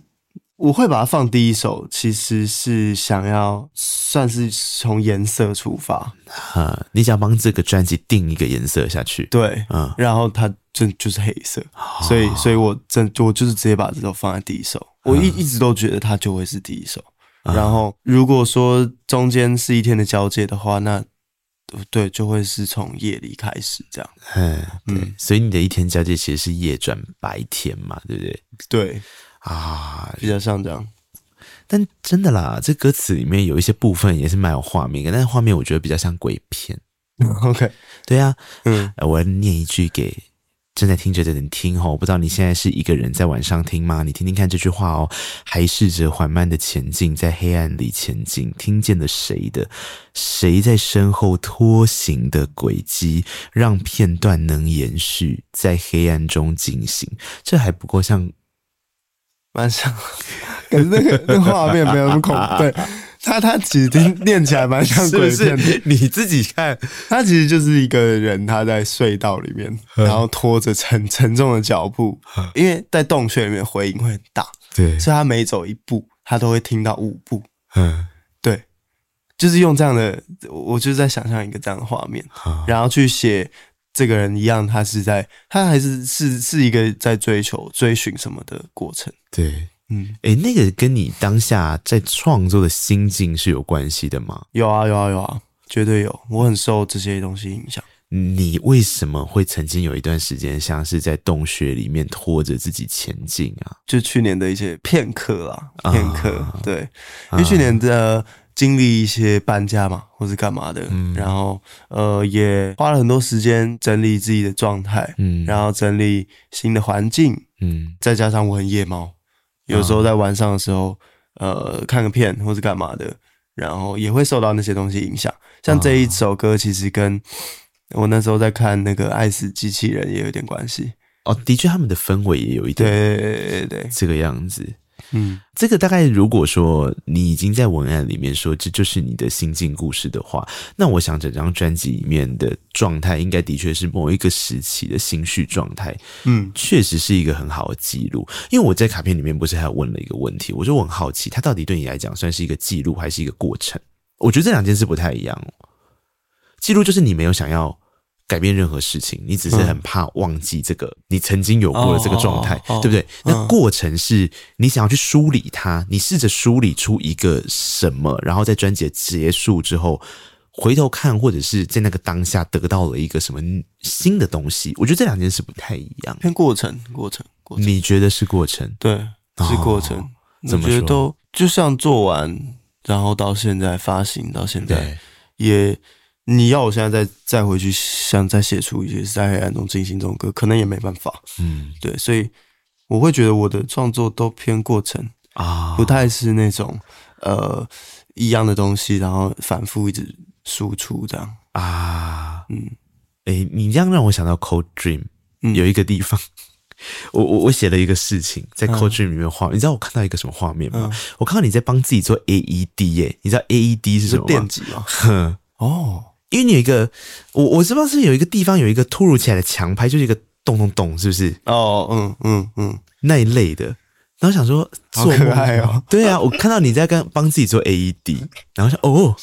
B: 我会把它放第一首，其实是想要算是从颜色出发，
A: 呃，你想帮这个专辑定一个颜色下去？
B: 对，
A: 嗯，
B: 然后它就就是黑色，所以所以我真我就是直接把这首放在第一首，我一一直都觉得它就会是第一首。然后，如果说中间是一天的交界的话，那对就会是从夜里开始这样。
A: 嗯，对
B: 嗯，
A: 所以你的一天交界其实是夜转白天嘛，对不对？
B: 对，
A: 啊，
B: 比较像这样。
A: 但真的啦，这歌词里面有一些部分也是蛮有画面感，但是画面我觉得比较像鬼片。
B: OK，
A: 对啊，
B: 嗯
A: 呃我要念一句给正在听着的人听哦，不知道你现在是一个人在晚上听吗？你听听看这句话哦，还试着缓慢的前进，在黑暗里前进，听见了谁的，谁在身后拖行的轨迹，让片段能延续，在黑暗中进行。这还不够像
B: 蛮像，可是那个那画面没有那么恐怖。对，他他其实听念起来蛮像鬼片的。
A: 你自己看，
B: 他其实就是一个人，他在隧道里面，
A: 嗯
B: 然后拖着沉沉重的脚步，因为在洞穴里面回音会很大，
A: 对
B: 所以他每走一步，他都会听到五步。
A: 嗯，
B: 对，就是用这样的，我我就是在想象一个这样的画面，
A: 好，
B: 然后去写这个人一样，他是在他还是是是一个在追求追寻什么的过程。
A: 对，
B: 嗯，
A: 诶，那个跟你当下在创作的心境是有关系的吗？
B: 有啊有啊有啊，绝对有，我很受这些东西影响。
A: 你为什么会曾经有一段时间像是在洞穴里面拖着自己前进啊？
B: 就去年的一些片刻啦，
A: 啊
B: 片刻，对，因为去年的经历一些搬家嘛，或是干嘛的，
A: 嗯
B: 然后呃也花了很多时间整理自己的状态，
A: 嗯
B: 然后整理新的环境，
A: 嗯
B: 再加上我很夜猫，有时候在晚上的时候，呃看个片或是干嘛的，然后也会受到那些东西影响。
A: 嗯
B: 像这一首歌，其实跟我那时候在看那个《爱死机器人》也有点关系。
A: 哦，的确，他们的氛围也有一点
B: 对对对对对，
A: 这个样子。
B: 嗯，
A: 这个大概，如果说你已经在文案里面说这就是你的心境故事的话，那我想整张专辑里面的状态，应该的确是某一个时期的心绪状态，
B: 嗯，
A: 确实是一个很好的记录。因为我在卡片里面不是还有问了一个问题，我说我很好奇，它到底对你来讲算是一个记录还是一个过程？我觉得这两件事不太一样哦。记录就是你没有想要改变任何事情，你只是很怕忘记这个、你曾经有过的这个状态，
B: 嗯哦哦哦哦
A: 对不对？那过程是你想要去梳理它，你试着梳理出一个什么，然后在专辑的结束之后。回头看，或者是在那个当下得到了一个什么新的东西，我觉得这两件事不太一样。
B: 偏过程，过程，过程，
A: 你觉得是过程？
B: 对，是过程。
A: 哦怎么
B: 我觉得
A: 说
B: 都就像做完，然后到现在发行到
A: 嗯
B: 现在，，也你要我现在再再回去想再写出一些在黑暗中进行这种歌，可能也没办法。
A: 嗯
B: 对，所以我会觉得我的创作都偏过程，
A: 啊，
B: 不太是那种呃一样的东西，然后反复一直输出这样。
A: 啊，
B: 嗯
A: 诶，你这样让我想到《Cold Dream》
B: 嗯
A: 有一个地方， *laughs* 我我我写了一个事情在
B: 嗯
A: 《Cold Dream》里面的画面，你知道我看到一个什么画面吗？我看到你在帮自己做 AED 耶、你知道 AED 是什
B: 是
A: 么
B: 电
A: 吗？
B: 击吗？
A: 哼
B: 哦，
A: 因为你有一个，我我知道是有一个地方有一个突如其来的强拍，就是一个咚咚咚，是不是
B: 哦，嗯嗯嗯，
A: 那一类的？然后想说，
B: 好
A: 做梦
B: 可爱哦
A: 对啊，我看到你在跟帮自己做 AED，然后想哦，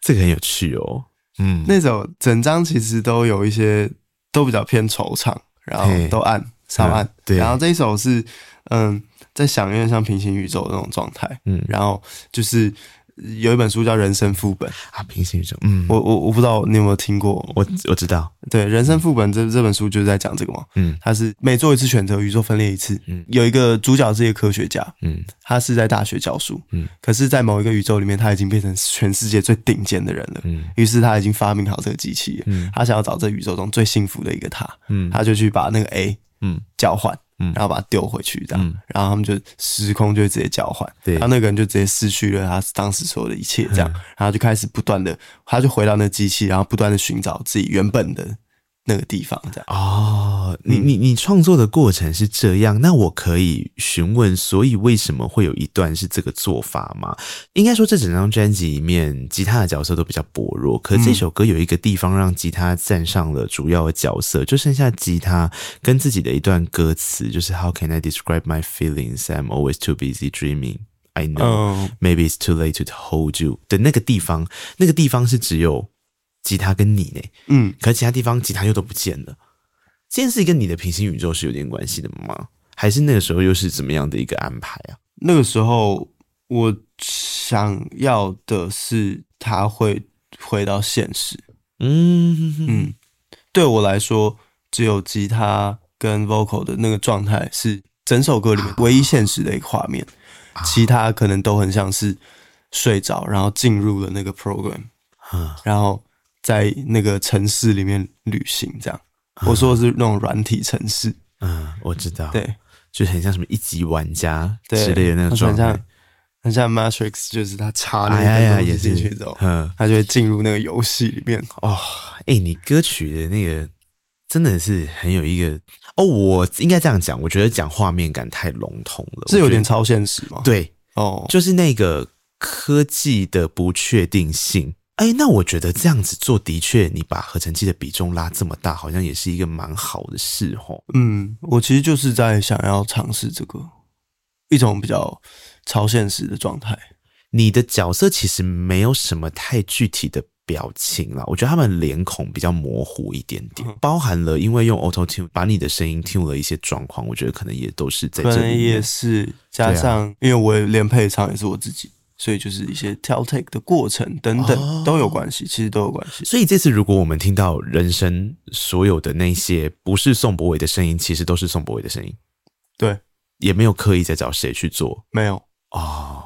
A: 这个很有趣哦，嗯，
B: *laughs* 那种整张其实都有一些都比较偏惆怅，然
A: 嘿
B: 后都暗稍暗、
A: 嗯对
B: 然后这一首是嗯，在想有点像平行宇宙的那种状态，
A: 嗯
B: 然后就是有一本书叫《人生副本》，
A: 啊，平行宇宙，嗯，我
B: 我我我不知道你有没有听过，
A: 我我知道，
B: 对，《人生副本这》这本书就是在讲这个嘛，
A: 嗯
B: 它是每做一次选择，宇宙分裂一次，
A: 嗯
B: 有一个主角是一个科学家，
A: 嗯
B: 他是在大学教书，
A: 嗯
B: 可是，在某一个宇宙里面，他已经变成全世界最顶尖的人了，
A: 嗯
B: 于是他已经发明好这个机器了，
A: 嗯
B: 他想要找这宇宙中最幸福的一个他，
A: 嗯
B: 他就去把那个 A
A: 嗯
B: 交换，
A: 嗯
B: 然后把它丢回去，这样，
A: 嗯
B: 然后他们就时空就会直接交换，
A: 对嗯
B: 然后那个人就直接失去了他当时所有的一切，这样，然后就开始不断的，他就回到那个机器，然后不断的寻找自己原本的那个地方，这样。
A: 哦，你你你创作的过程是这样，那我可以询问，所以为什么会有一段是这个做法吗？应该说这整张专辑里面，吉他的角色都比较薄弱，可这首歌有一个地方让吉他站上了主要的角色，就剩下吉他跟自己的一段歌词，就是 How can I describe my feelings? I'm always too busy dreaming. I know.、
B: 嗯
A: Maybe it's too late to hold you 的那个地方，那个地方是只有吉他跟你呢，
B: 嗯，
A: 可其他地方吉他又都不见了。这件事情跟你的平行宇宙是有点关系的吗？还是那个时候又是怎么样的一个安排啊？
B: 那个时候我想要的是他会回到现实，
A: 嗯
B: 嗯，对我来说，只有吉他跟 vocal 的那个状态是整首歌里面唯一现实的一个画面，
A: 啊
B: 其他可能都很像是睡着，然后进入了那个 program，
A: 啊
B: 然后在那个城市里面旅行这样。
A: 啊
B: 我说的是那种软体城市，
A: 嗯，我知道，
B: 对，
A: 就很像什么一级玩家
B: 对
A: 之类的那
B: 它
A: 种状
B: 很
A: 态
B: 像。很像 Matrix，就是他插那
A: 哎呀呀，
B: 个东
A: 也
B: 西
A: 是
B: 进去之后，
A: 嗯，
B: 他就会进入那个游戏里面。
A: 哦，哎、你歌曲的那个真的是很有一个哦，我应该这样讲，我觉得讲画面感太笼统了，
B: 是
A: 我
B: 有
A: 觉得
B: 点超现实吗？，
A: 对，
B: 哦，
A: 就是那个科技的不确定性。哎，那我觉得这样子做的确，你把合成器的比重拉这么大，好像也是一个蛮好的事吼。
B: 嗯，我其实就是在想要尝试这个一种比较超现实的状态。
A: 你的角色其实没有什么太具体的表情啦，我觉得他们脸孔比较模糊一点
B: 嗯
A: 点，包含了因为用 Auto Tune 把你的声音 tune 了一些状况，我觉得可能也都是在
B: 可
A: 这
B: 能啊
A: 里
B: 也
A: 面。
B: 是加上，因为我连配唱也是我自己，所以就是一些挑 take 的过程等等、
A: 哦
B: 都有关系，其实都有关系。
A: 所以这次如果我们听到人生所有的那些不是宋博伟的声音，其实都是宋博伟的声音，
B: 对，
A: 也没有刻意在找谁去做
B: 没有
A: 哦，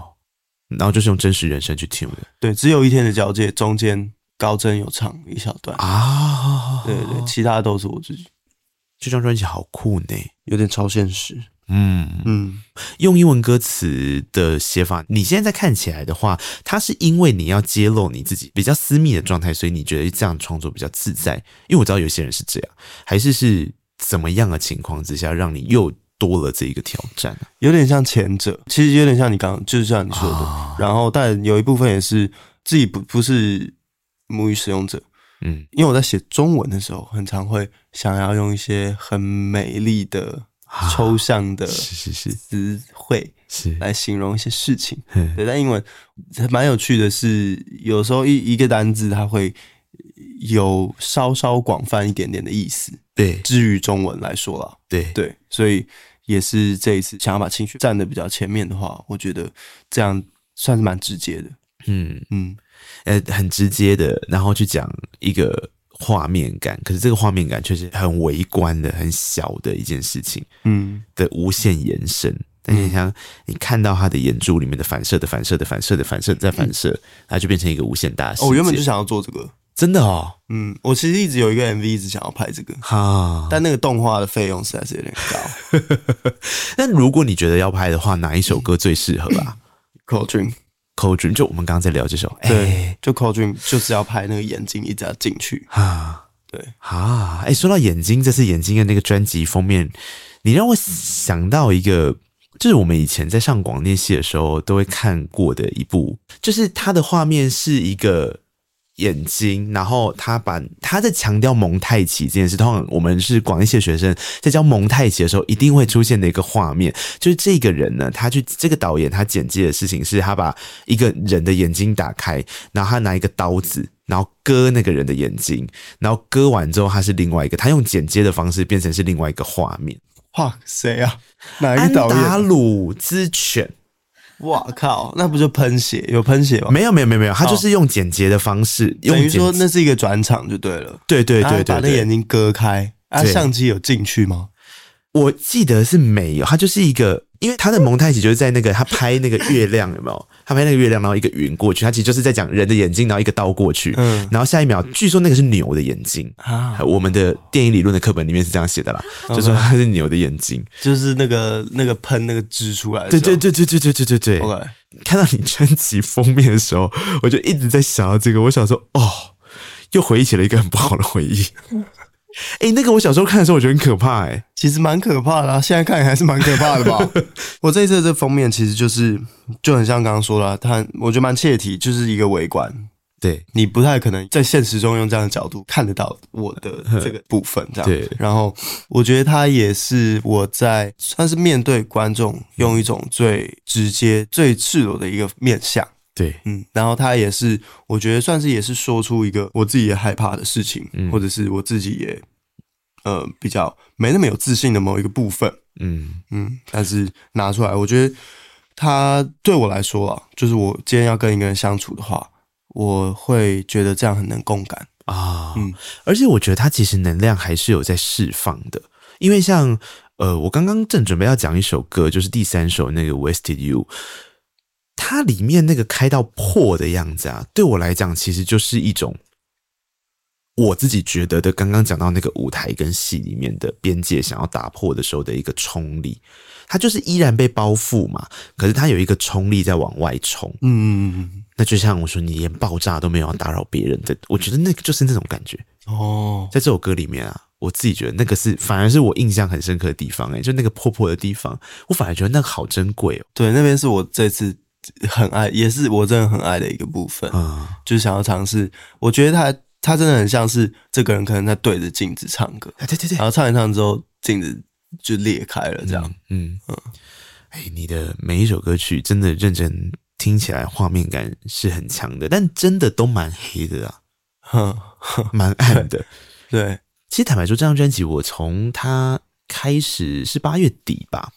A: 然后就是用真实人声去 tune 的
B: 对，只有一天的交界，中间高真有唱一小段，
A: 啊。
B: 对对对，其他都是我自己，
A: 这张专辑好酷呢。
B: 有点超现实。
A: 嗯，
B: 嗯，
A: 用英文歌词的写法，你现在在看起来的话，它是因为你要揭露你自己比较私密的状态，所以你觉得这样创作比较自在。因为我知道有些人是这样，还是是怎么样的情况之下，让你又多了这一个挑战啊
B: 有点像前者，其实有点像你刚刚，就是像你说的，
A: 啊
B: 然后但有一部分也是自己不不是母语使用者，
A: 嗯
B: 因为我在写中文的时候，很常会想要用一些很美丽的、
A: 啊
B: 抽象的
A: 是是是
B: 词汇
A: 是，
B: 来形容一些事情。
A: 嗯
B: 对，但英文蛮有趣的是，有时候一一个单字它会有稍稍广泛一点点的意思，
A: 对
B: 至于中文来说啦，
A: 对
B: 对，所以也是这一次想要把情绪站得比较前面的话，我觉得这样算是蛮直接的。
A: 嗯
B: 嗯，
A: 呃，很直接的，然后去讲一个画面感，可是这个画面感却是很微观的、很小的一件事情。
B: 嗯，
A: 的无限延伸。但你想，你看到他的眼珠里面的反射的反射的反射的反射再反射，它就变成一个无限大的世界。
B: 嗯哦，我原本就想要做这个。
A: 真的哦，
B: 嗯，我其实一直有一个 MV 一直想要拍这个，
A: 哈。但
B: 但那个动画的费用实在是有点 *laughs* 高。
A: 但如果你觉得要拍的话，哪一首歌最适合
B: *laughs*
A: 啊
B: Cold Dream，
A: ？Cold Dream，就我们刚刚在聊这首，哎
B: 对，就 Cold Dream 就是要拍那个眼睛一直要进去。
A: 啊，
B: 对
A: 啊，哎、说到眼睛，这次眼睛的那个专辑封面，你让我想到一个，就是我们以前在上广电系的时候都会看过的一部，就是它的画面是一个眼睛，然后他把他在强调蒙太奇这件事。通常我们是广电系的学生，在教蒙太奇的时候，一定会出现的一个画面，就是这个人呢，他去这个导演他简介的事情是，他把一个人的眼睛打开，然后他拿一个刀子。然后割那个人的眼睛，然后割完之后，他是另外一个，他用剪接的方式变成是另外一个画面。
B: 哇，谁 *laughs* 啊？哪一
A: 安
B: 个导
A: 达
B: 演？
A: 鲁之犬
B: 哇靠，那不就喷血？有喷血吗？
A: 没有没有没有没有，他就是用剪接的方式，用
B: 等于
A: 剪
B: 说那是一个转场就哎对了。
A: 对对
B: 他
A: 对对
B: 把那
A: 对，
B: 眼睛割开，啊，
A: 对
B: 相机有进去吗？
A: 我记得是没有，他就是一个，因为他的蒙太奇就是在那个他拍那个月亮有没 *laughs* 有？他拍那个月亮，然后一个云过去，他其实就是在讲人的眼睛，然后一个倒过去，
B: 嗯
A: 然后下一秒，据说那个是牛的眼睛。
B: 啊，
A: 我们的电影理论的课本里面是这样写的啦，就
B: OK
A: 说它是牛的眼睛。
B: 就是那个那个喷那个汁出来的时
A: 对
B: 候。
A: 对对对对对对对对。
B: ，OK，
A: 看到你专辑封面的时候，我就一直在想到这个。我想说，哦，又回忆起了一个很不好的回
B: *laughs*
A: 忆。哎、那个我小时候看的时候，我觉得很可怕、哎诶
B: 其实蛮可怕的、啊，现在看还是蛮可怕的 *laughs* 吧。我这一次的这封面其实就是就很像刚刚说了、它我觉得蛮切题，就是一个围观，
A: 对
B: 你不太可能在现实中用这样的角度看得到我的这个部分，这样。
A: 对
B: 然后我觉得它也是我在算是面对观众用一种最直接、最赤裸的一个面向。
A: 对，
B: 嗯，然后他也是，我觉得算是也是说出一个我自己也害怕的事情，
A: 嗯
B: 或者是我自己也呃比较没那么有自信的某一个部分，
A: 嗯
B: 嗯，但是拿出来，我觉得他对我来说啊，就是我今天要跟一个人相处的话，我会觉得这样很能共感，
A: 啊，
B: 嗯
A: 而且我觉得它其实能量还是有在释放的，因为像呃，我刚刚正准备要讲一首歌，就是第三首那个《Wasted You》，它里面那个开到破的样子啊，对我来讲其实就是一种我自己觉得的，刚刚讲到那个舞台跟戏里面的边界想要打破的时候的一个冲力，它就是依然被包覆嘛，可是它有一个冲力在往外冲。
B: 嗯，
A: 那就像我说，你连爆炸都没有要打扰别人的，我觉得那个就是那种感觉。
B: 哦，
A: 在这首歌里面啊，我自己觉得那个是反而是我印象很深刻的地方、欸，哎，就那个破破的地方，我反而觉得那个好珍贵哦。
B: 对，那边是我这次很爱，也是我真的很爱的一个部分，
A: 啊、
B: 就是想要尝试。我觉得他他真的很像是这个人可能在对着镜子唱歌，
A: 哎对对对
B: 然，后唱一唱之后，镜子就裂开了，这样。
A: 嗯，哎，你的每一首歌曲真的认真听起来，画面感是很强的，但真的都蛮黑的 *laughs* 啊，
B: 哼，
A: 蛮暗的。
B: 对，
A: 其实坦白说，这张专辑我从它开始是八月底吧，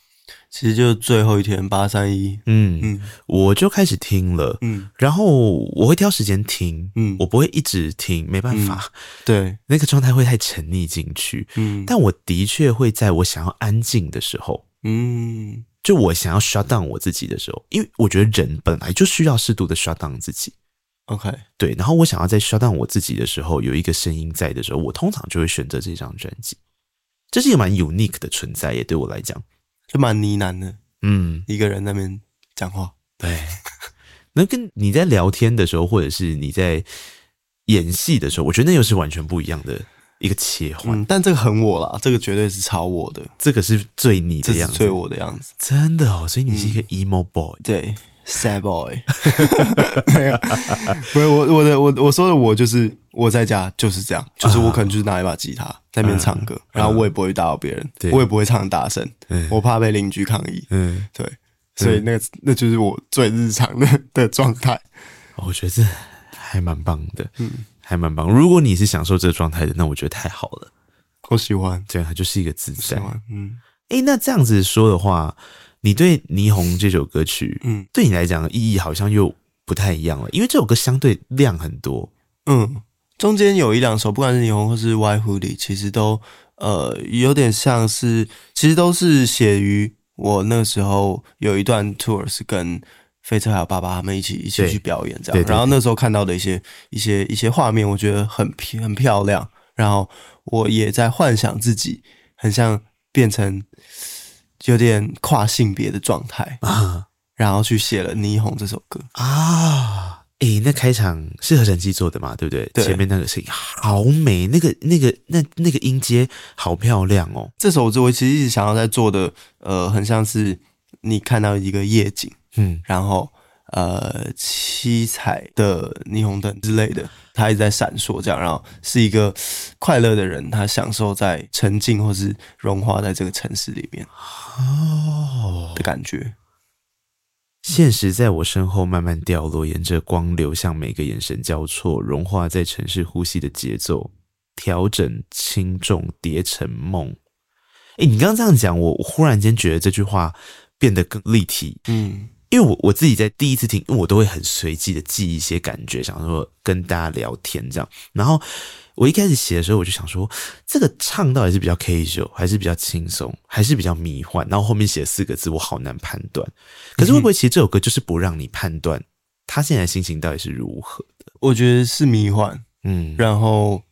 B: 其实就是最后一天八三一，
A: 嗯，
B: 嗯
A: 我就开始听了，
B: 嗯，
A: 然后我会挑时间听，
B: 嗯
A: 我不会一直听，没办法，
B: 对，
A: 那个状态会太沉溺进去。
B: 嗯，
A: 但我的确会在我想要安静的时候，
B: 嗯
A: 就我想要 shut down 我自己的时候，因为我觉得人本来就需要适度的 shut down 自己。
B: ，OK，
A: 对，然后我想要在 shut down 我自己的时候，有一个声音在的时候，我通常就会选择这张专辑。这是一个蛮 unique 的存在耶，对我来讲，
B: 就蛮呢喃的，
A: 嗯，
B: 一个人那边讲话，
A: 对。 *laughs* 那跟你在聊天的时候，或者是你在演戏的时候，我觉得那又是完全不一样的一个切换。
B: 嗯，但这个很我啦，这个绝对是超我的，
A: 这个是最你
B: 这
A: 的
B: 是
A: 样子，
B: 最我的样子，
A: 真的哦。所以你是一个 emo boy，、
B: 对，sad boy，没有，不是我我的我我说的我就是我在家就是这样，就是我可能就是拿一把吉他在那边唱歌，然后我也不会打扰别人
A: 对，
B: 我也不会唱大声，
A: 嗯
B: 我怕被邻居抗议，
A: 嗯，
B: 对，所以那个那就是我最日常的的状态。
A: 哦我觉得这还蛮棒的，嗯，还蛮棒。如果你是享受这个状态的，那我觉得太好了。
B: 我喜欢，
A: 对，它啊就是一个自
B: 喜
A: 在。
B: 欢，嗯
A: 诶，那这样子说的话，你对《霓虹》这首歌曲，
B: 嗯
A: 对你来讲意义好像又不太一样了，因为这首歌相对量很多。
B: 嗯。中间有一两首，不管是霓虹或是 Y Hoodie，其实都呃有点像是，其实都是写于我那时候有一段 tour 是跟飞车还有爸爸他们一起一起
A: 对
B: 去表演这
A: 对
B: 样，
A: 对
B: 然后那时候看到的一些一些一些画面，我觉得很漂很漂亮，然后我也在幻想自己很像变成有点跨性别的状态，
A: 啊
B: 然后去写了《霓虹》这首歌。
A: 嗯啊！诶，那开场是合成器做的嘛，对不对？
B: 对
A: 前面那个声音好美，那个那个那那个音阶好漂亮哦。
B: 这首歌我其实一直想要在做的，呃，很像是你看到一个夜景，
A: 嗯，
B: 然后呃七彩的霓虹灯之类的，它一直在闪烁，这样，然后是一个快乐的人，他享受在沉浸或是融化在这个城市里面
A: 哦，
B: 的感觉。
A: 现实在我身后慢慢掉落，沿着光流向每个眼神交错，融化在城市呼吸的节奏，调整轻重叠成梦。诶，你刚刚这样讲，我我忽然间觉得这句话变得更立体，
B: 嗯
A: 因为我我自己在第一次听，因为我都会很随机的记一些感觉，想说跟大家聊天这样。然后我一开始写的时候，我就想说，这个唱到底是比较 casual，还是比较轻松，还是比较迷幻？然后后面写四个字，我好难判断。
B: 嗯
A: 可是会不会其实这首歌就是不让你判断他现在心情到底是如何的？
B: 我觉得是迷幻，
A: 嗯，
B: 然后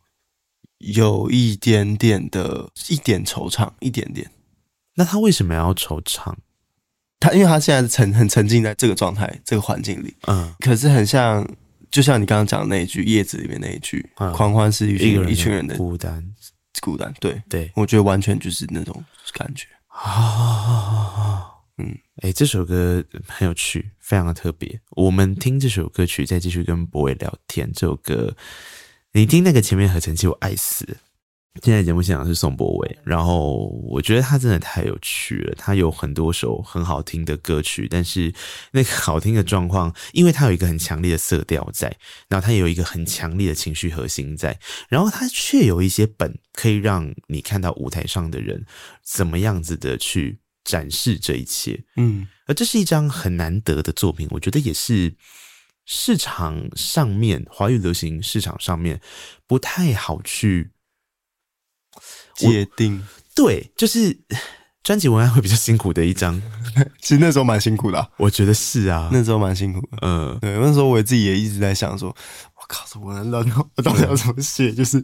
B: 有一点点的，一点惆怅，一点点。
A: 那他为什么要惆怅？
B: 他因为他现在沉很沉浸在这个状态、这个环境里，
A: 嗯
B: 可是很像，就像你刚刚讲的那一句《叶子》里面那一句
A: 嗯
B: “狂欢是一群一群人的
A: 孤单，
B: 孤单”，对
A: 对
B: 我觉得完全就是那种感觉。
A: 啊， *laughs* 嗯
B: 嗯，
A: 哎、这首歌很有趣，非常的特别。我们听这首歌曲，再继续跟博伟聊天。这首歌，你听那个前面合成器，我爱死了。现在节目现场是宋博伟，然后我觉得他真的太有趣了，他有很多首很好听的歌曲，但是那个好听的状况，因为他有一个很强烈的色调在，然后他也有一个很强烈的情绪核心在，然后他却有一些本可以让你看到舞台上的人怎么样子的去展示这一切，
B: 嗯
A: 而这是一张很难得的作品，我觉得也是市场上面华语流行市场上面不太好去
B: 界定
A: 对，就是 *laughs* 专辑文案会比较辛苦的一张，
B: 其实那时候蛮辛苦的啊、
A: 我觉得是啊，
B: 那时候蛮辛苦的。
A: 呃，
B: 对，那时候我自己也一直在想说，我靠，我能到底我到底要怎么写？就是，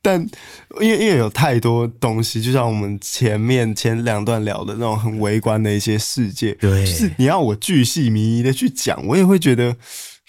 B: 但 *laughs* 因为因为有太多东西，就像我们前面前两段聊的那种很微观的一些世界，
A: 对
B: 就是你要我巨细靡遗的去讲，我也会觉得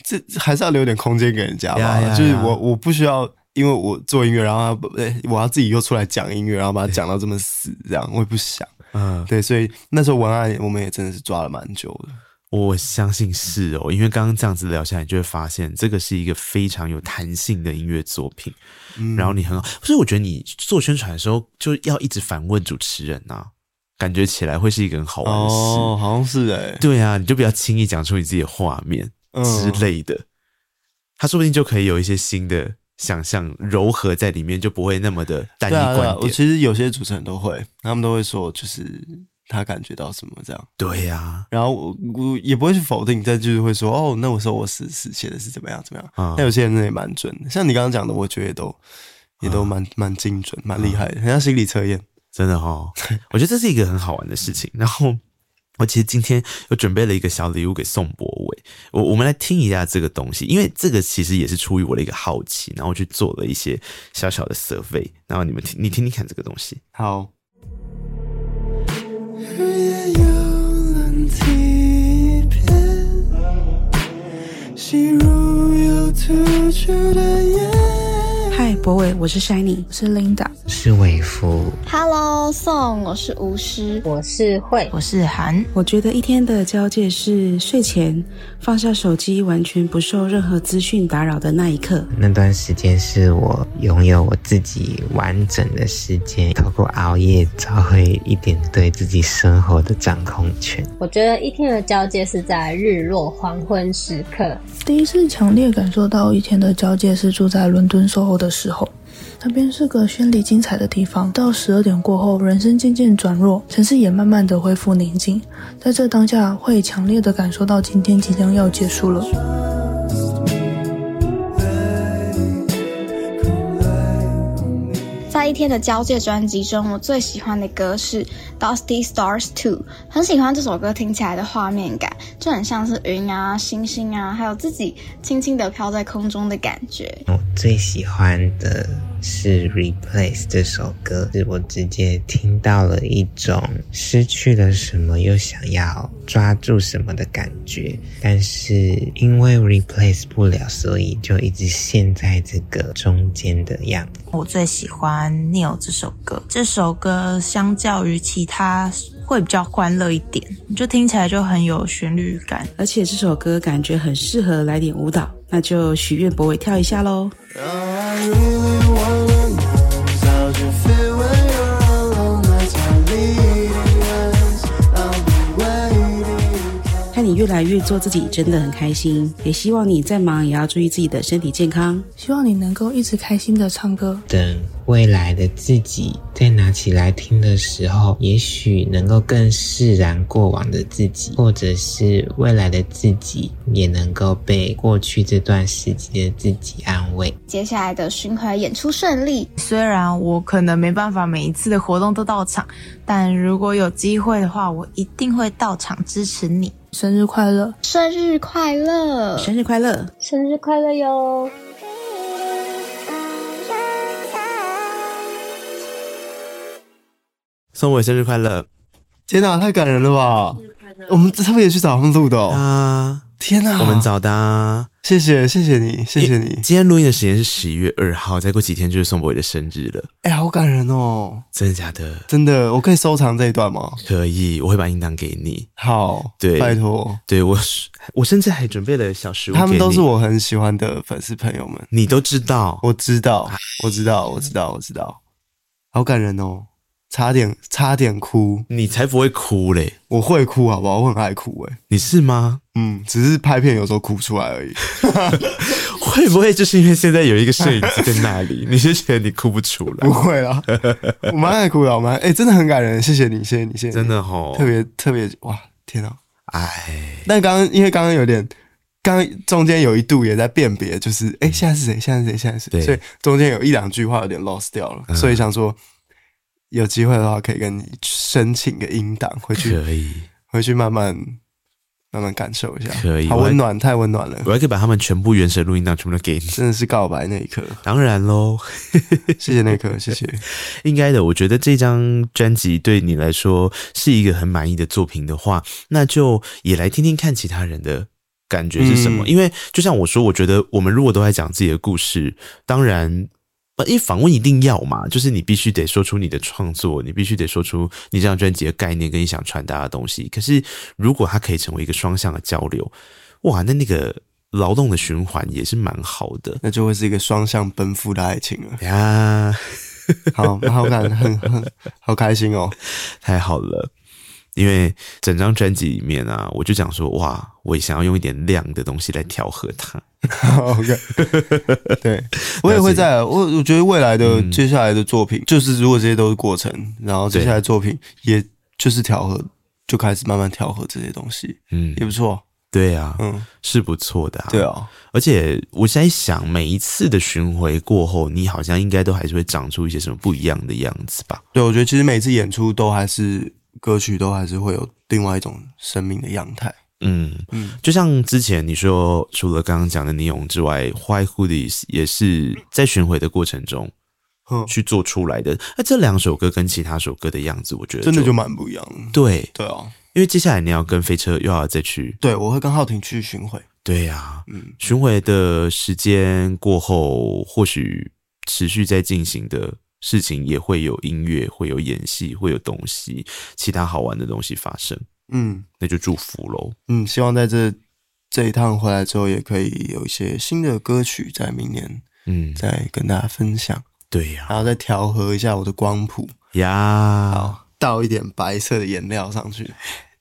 B: 这还是要留点空间给人家吧。
A: 呀呀
B: 就是
A: 呀
B: 我我不需要。因为我做音乐，然后他哎我要自己又出来讲音乐，然后把它讲到这么死，这样我也不想。
A: 嗯，
B: 对，所以那时候文案我们也真的是抓了蛮久的。
A: 我相信是哦，因为刚刚这样子聊下来，你就会发现这个是一个非常有弹性的音乐作品，
B: 嗯
A: 然后你很好，所以我觉得你做宣传的时候就要一直反问主持人呐、感觉起来会是一个很好玩的事。
B: 哦，好像是哎、
A: 对啊，你就不要轻易讲出你自己的画面
B: 嗯
A: 之类的，他说不定就可以有一些新的想象糅合在里面，就不会那么的单一
B: 对啊，对啊
A: 观，
B: 我
A: 点。
B: 其实有些主持人都会，他们都会说，就是他感觉到什么这样，
A: 对啊呀、
B: 然后我我也不会去否定，但就是会说，哦，那我说我是是写的是怎么样怎么样。
A: 啊，
B: 那有些人也蛮准的，像你刚刚讲的，我觉得也都也都蛮蛮精准，蛮厉害的，
A: 啊
B: 很像心理测验。
A: 真的哦，
B: *laughs*
A: 我觉得这是一个很好玩的事情。然后我其实今天又准备了一个小礼物给宋博伟，我我们来听一下这个东西，因为这个其实也是出于我的一个好奇，然后我去做了一些小小的 survey，然后你们听
B: 嗯
A: 你听听看这个东西。
B: 好，
C: 日夜有冷体片，吸入有吐出的烟。
D: 嗨，博伟，我是 Shiny，我是 Linda，
E: 是伟夫。
F: Hello，宋，我是吴师。
G: 我是慧，
H: 我是韩，
D: 我觉得一天的交界是睡前放下手机，完全不受任何资讯打扰的那一刻。
E: 那段时间是我拥有我自己完整的时间，透过熬夜找回一点对自己生活的掌控权。
G: 我觉得一天的交界是在日落黄昏时刻，
I: 第一次强烈感受到一天的交界是住在伦敦 SOHO 的时候，那边是个绚丽精彩的地方。到十二点过后，人声渐渐转弱，城市也慢慢的恢复宁静。在这当下，会强烈的感受到今天即将要结束了。
F: 在一天的交界专辑中，我最喜欢的歌是《Dusty Stars Two》，很喜欢这首歌听起来的画面感，就很像是云啊、星星啊，还有自己轻轻的飘在空中的感觉。
E: 我最喜欢的是《Replace》这首歌，是我直接听到了一种失去了什么又想要抓住什么的感觉，但是因为 replace 不了，所以就一直陷在这个中间的样子。
H: 我最喜欢《Neil》这首歌。这首歌相较于其他会比较欢乐一点，就听起来就很有旋律感。
D: 而且这首歌感觉很适合来点舞蹈，那就许愿博伟跳一下喽。
C: Now I really wanna know is how'd you feel when you're alone? That's how leading us. I'll be waiting.
D: 看你越来越做自己，真的很开心。也希望你再忙也要注意自己的身体健康。
I: 希望你能够一直开心的唱歌。
E: 等未来的自己再拿起来听的时候，也许能够更释然过往的自己，或者是未来的自己也能够被过去这段时期的自己安慰。
F: 接下来的巡回演出顺利，
H: 虽然我可能没办法每一次的活动都到场，但如果有机会的话，我一定会到场支持你。
I: 生日快乐！
F: 生日快乐！
D: 生日快乐！
G: 生日快乐哟！
A: 宋博伟生日快乐
B: 天哪、太感人了吧！我们特别去找他们录的哦。
A: 啊！
B: 天哪、
A: 我们找的、啊。
B: 谢谢谢谢你，谢谢你，
A: 今天录音的时间是十一月二号，再过几天就是宋博伟的生日了，
B: 哎、好感人哦！
A: 真的假的？
B: 真的，我可以收藏这一段吗？
A: 可以，我会把音档给你。
B: 好，
A: 对
B: 拜托，
A: 对我，我甚至还准备了小食物给你。
B: 他们都是我很喜欢的粉丝朋友们。
A: 你都知道，
B: 我知道，
C: 哎
B: 我知道，我知道，我知道，好感人哦，差点差点哭，
A: 你才不会哭嘞！
B: 我会哭好不好？我很爱哭哎、
A: 你是吗？
B: 嗯，只是拍片有时候哭出来
A: *laughs*
B: 而已。
A: 会不会就是因为现在有一个摄影机在那 *laughs* 里，你是觉得你哭不出来
B: 不？会啦，我蛮爱哭的，我蛮哎、真的很感人，谢谢你，谢谢你，谢谢你，
A: 真的哦吼
B: 特，别特别哇，天啊！
A: 哎，
B: 但刚刚因为刚刚有点，刚刚中间有一度也在辨别，就是哎、诶现在是谁？现在是谁？现在是
A: 对嗯
B: 谁？所以中间有一两句话有点 lost 掉了，所以想说有机会的话可以跟你申请个音档，回去
A: 可以，
B: 回去慢慢慢慢感受一下，
A: 可以
B: 好温暖，太温暖了，
A: *laughs* 我还可以把他们全部原始录音档全部都给你。
B: 真的是告白那一刻，
A: 当然喽，
B: 谢谢那一刻，谢谢，
A: 应该的。我觉得这张专辑对你来说是一个很满意的作品的话，那就也来听听看其他人的感觉是什么。
B: 嗯
A: 因为就像我说，我觉得我们如果都在讲自己的故事，当然。呃因为访问一定要嘛，就是你必须得说出你的创作，你必须得说出你这张专辑的概念跟你想传达的东西。可是，如果它可以成为一个双向的交流，哇，那那个劳动的循环也是蛮好的
B: 那就会是一个双向奔赴的爱情了。
A: 呀。
B: 好， *laughs* 好感很很好开心哦，
A: 太好了。因为整张专辑里面啊，我就想说，哇，我也想要用一点亮的东西来调和它。
B: *laughs* 好感， *laughs* 嗯对我也会在啊我我觉得未来的接下来的作品，就是如果这些都是过程，然后接下来作品也就是调和，就开始慢慢调和这些东西，
A: 嗯，
B: 也不错，
A: 对啊，
B: 嗯，
A: 是不错的、啊。
B: 对，啊，
A: 而且我现在想，每一次的巡回过后，你好像应该都还是会长出一些什么不一样的样子吧？
B: 对，我觉得其实每次演出都还是歌曲都还是会有另外一种生命的样态。
A: 嗯，
B: 嗯，
A: 就像之前你说，除了刚刚讲的尼龙之外，White Hoodies 也是在巡回的过程中
B: 嗯
A: 去做出来的。那这两首歌跟其他首歌的样子，我觉得
B: 真的就蛮不一样的。
A: 对，
B: 对啊，
A: 因为接下来你要跟飞车又要再去，
B: 对我会跟浩廷去巡回。
A: 对呀、
B: 嗯，
A: 巡回的时间过后，或许持续在进行的事情也会有音乐，会有演戏，会有东西，其他好玩的东西发生，
B: 嗯
A: 那就祝福喽。
B: 嗯，希望在这这一趟回来之后，也可以有一些新的歌曲，在明年
A: 嗯，
B: 再跟大家分享，
A: 对呀、
B: 然后再调和一下我的光谱，
A: 呀，
B: 倒一点白色的颜料上去。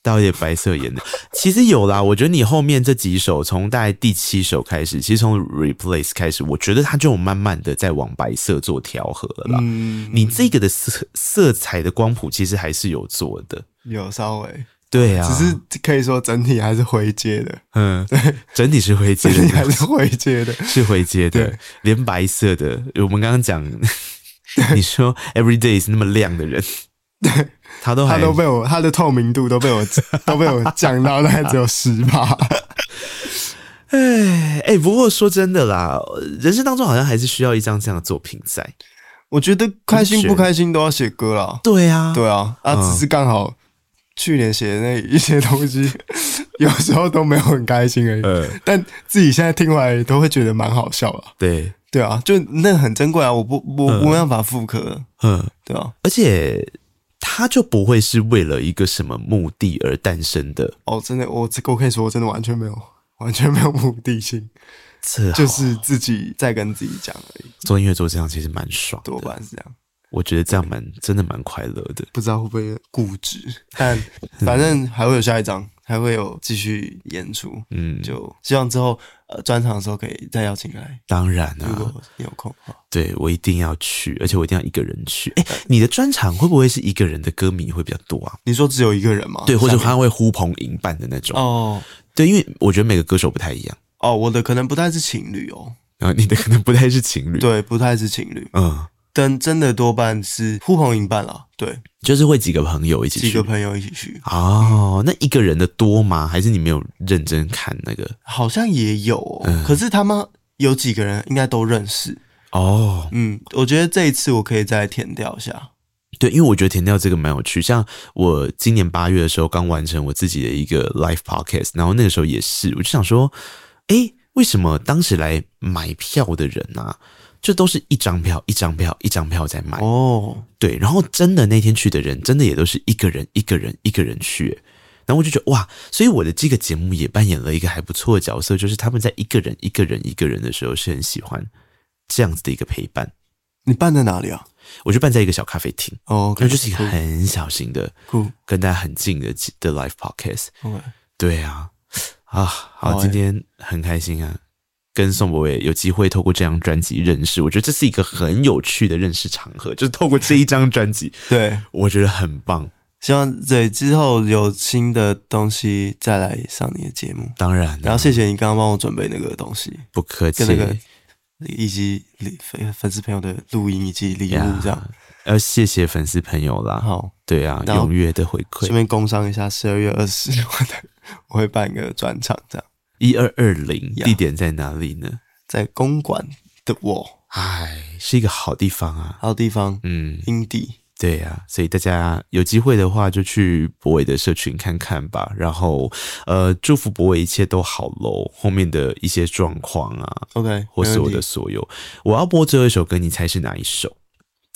A: 倒一点白色眼的，其实有啦。我觉得你后面这几首，从大概第七首开始，其实从 Replace 开始，我觉得它就有慢慢的在往白色做调和了啦。
B: 嗯，
A: 你这个的色色彩的光谱其实还是有做的，
B: 有稍微，
A: 对啊，
B: 只是可以说整体还是回接的，
A: 嗯，整体是灰阶
B: 整体还 *laughs*
A: 的，
B: 是回接的。
A: 是灰阶的
B: 对，
A: 连白色的，我们刚刚讲，你说 Everyday 是那么亮的人，他都
B: 它
A: 还
B: 都被我它的透明度都被我都被我降到大概只有十吧。
A: 哎哎，不过说真的啦，人生当中好像还是需要一张这样的作品在，
B: *laughs* 我觉得开心不开心都要写歌啦。
A: 对啊，
B: *laughs* 对啊，啊，
A: 嗯
B: 只是刚好去年写的那一些东西， *laughs* 有时候都没有很开心而已。
A: 呃，
B: 但自己现在听回来都会觉得蛮好笑啊。
A: 对，
B: 对啊，就那很珍贵啊，我不我
A: 嗯
B: 我没办法复刻的，
A: 嗯，
B: 对啊。
A: 而且他就不会是为了一个什么目的而诞生的，
B: 哦，真的，我这个我可以说，我真的完全没有，完全没有目的性，
A: 这好
B: 就是自己在跟自己讲而已，
A: 做音乐做这样其实蛮爽
B: 多
A: 的，
B: 半是这样。
A: 我觉得这样蛮真的蛮快乐的。
B: 不知道会不会固执，但
A: 嗯
B: 反正还会有下一张，还会有继续演出，
A: 嗯，
B: 就希望之后呃专场的时候可以再邀请来，
A: 当然啊，
B: 如果有空啊的话。
A: 对，我一定要去，而且我一定要一个人去。哎、你的专场会不会是一个人的歌迷会比较多啊？
B: 你说只有一个人吗？
A: 对，或者
B: 下面
A: 他会呼朋引伴的那种。
B: 哦
A: 对，因为我觉得每个歌手不太一样，
B: 哦，我的可能不太是情侣哦，
A: 然后你的可 *laughs* 能不太是情侣。，
B: 对，不太是情侣，
A: 嗯，
B: 但真的多半是呼朋引伴啦，对，
A: 就是会几个朋友一起去。
B: 几个朋友一起去，
A: 哦，那一个人的多吗？还是你没有认真看那个？
B: 好像也有、哦，
A: 嗯
B: 可是他们有几个人应该都认识，
A: 哦，
B: 嗯，我觉得这一次我可以再填掉一下，
A: 对，因为我觉得填掉这个蛮有趣。像我今年八月的时候刚完成我自己的一个 live podcast，然后那个时候也是，我就想说，诶，为什么当时来买票的人啊，就都是一张票一张票一张票在买？
B: 哦，
A: 对，然后真的那天去的人，真的也都是一个人一个人一个人去。诶然后我就觉得哇，所以我的这个节目也扮演了一个还不错的角色，就是他们在一个人一个人一个人的时候是很喜欢这样子的一个陪伴。
B: 你办在哪里啊？
A: 我就办在一个小咖啡厅，
B: 哦，
A: 那就是一个很小型的，
B: 酷
A: 跟大家很近的的 live podcast。
B: OK，
A: 对啊，啊，好，
B: 好欸
A: 今天很开心啊，跟宋博伟有机会透过这张专辑认识，我觉得这是一个很有趣的认识场合，就是透过这一张专辑， *laughs*
B: 对，
A: 我觉得很棒。
B: 希望对之后有新的东西再来上你的节目。
A: 当然、啊，
B: 然后谢谢你刚刚帮我准备那个东西，
A: 不客气
B: 跟，那个以及礼粉粉丝朋友的录音以及礼物这样。
A: 要呃谢谢粉丝朋友啦，
B: 好，
A: 对啊，
B: 然后
A: 踊跃的回
B: 顺
A: 馈，
B: 便工商一下，十二月二十我的我会办一个专场，这样
A: 一二二零
B: 呀
A: 地点在哪里呢？
B: 在公馆的我，
A: 唉，是一个好地方啊。
B: 还有地方，
A: 嗯，
B: 阴地，
A: 对呀、所以大家有机会的话，就去博伟的社群看看吧。然后，呃，祝福博伟一切都好喽。后面的一些状况啊，
B: OK，
A: 或是
B: 没
A: 我
B: 问
A: 的
B: 题
A: 所有，我要播最后一首歌，你猜是哪一首？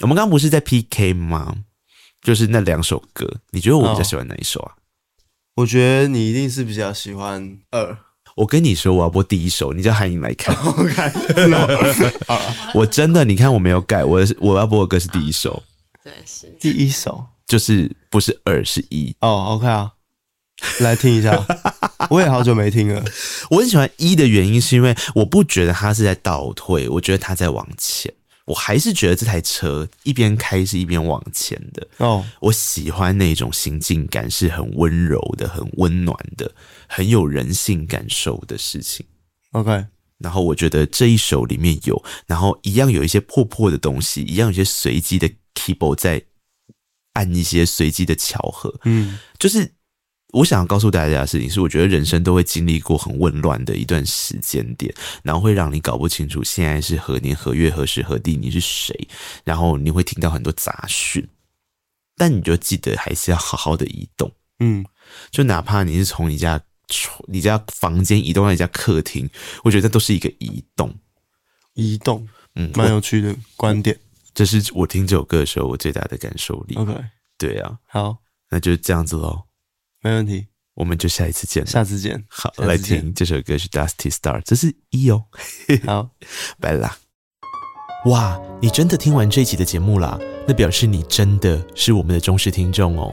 A: 我们刚刚不是在 PK 吗？就是那两首歌，你觉得我比较喜欢哪一首啊？
B: 我觉得你一定是比较喜欢二，
A: 我跟你说，我要播第一首，你叫韩颖来看。
B: *laughs* 我看
A: *laughs* 我真的，你看我没有改，我我要播的歌是第一首，
J: 对，是
B: 第一首
A: 就是不是二是一。
B: 哦，OK 啊，来听一下，我也好久没听了，
A: 我很喜欢一的原因是因为我不觉得它是在倒退，我觉得它在往前。我还是觉得这台车一边开是一边往前的。
B: 哦，
A: 我喜欢那种行进感，是很温柔的、很温暖的、很有人性感受的事情。
B: OK，
A: 然后我觉得这一首里面有，然后一样有一些破破的东西，一样有一些随机的 keyboard 在按一些随机的巧合，
B: 嗯，
A: 就是我想告诉大家的事情是，我觉得人生都会经历过很混乱的一段时间点，然后会让你搞不清楚现在是何年何月何时何地你是谁，然后你会听到很多杂讯，但你就记得还是要好好的移动。
B: 嗯，
A: 就哪怕你是从你家床、你家房间移动到你家客厅，我觉得这都是一个移动。
B: 移动，
A: 嗯，
B: 蛮
A: 我
B: 有趣的观点
A: 这是我听这首歌的时候我最大的感受力。
B: ，OK，
A: 对啊，
B: 好，
A: 那就这样子喽，
B: 没问题，
A: 我们就下一次见了。
B: 下次见，
A: 好，
B: 下次
A: 来
B: 见
A: 听这首歌是 Dusty Star，这是一哦。
B: 好，
A: 拜啦。哇，你真的听完这一集的节目啦？那表示你真的是我们的忠实听众哦，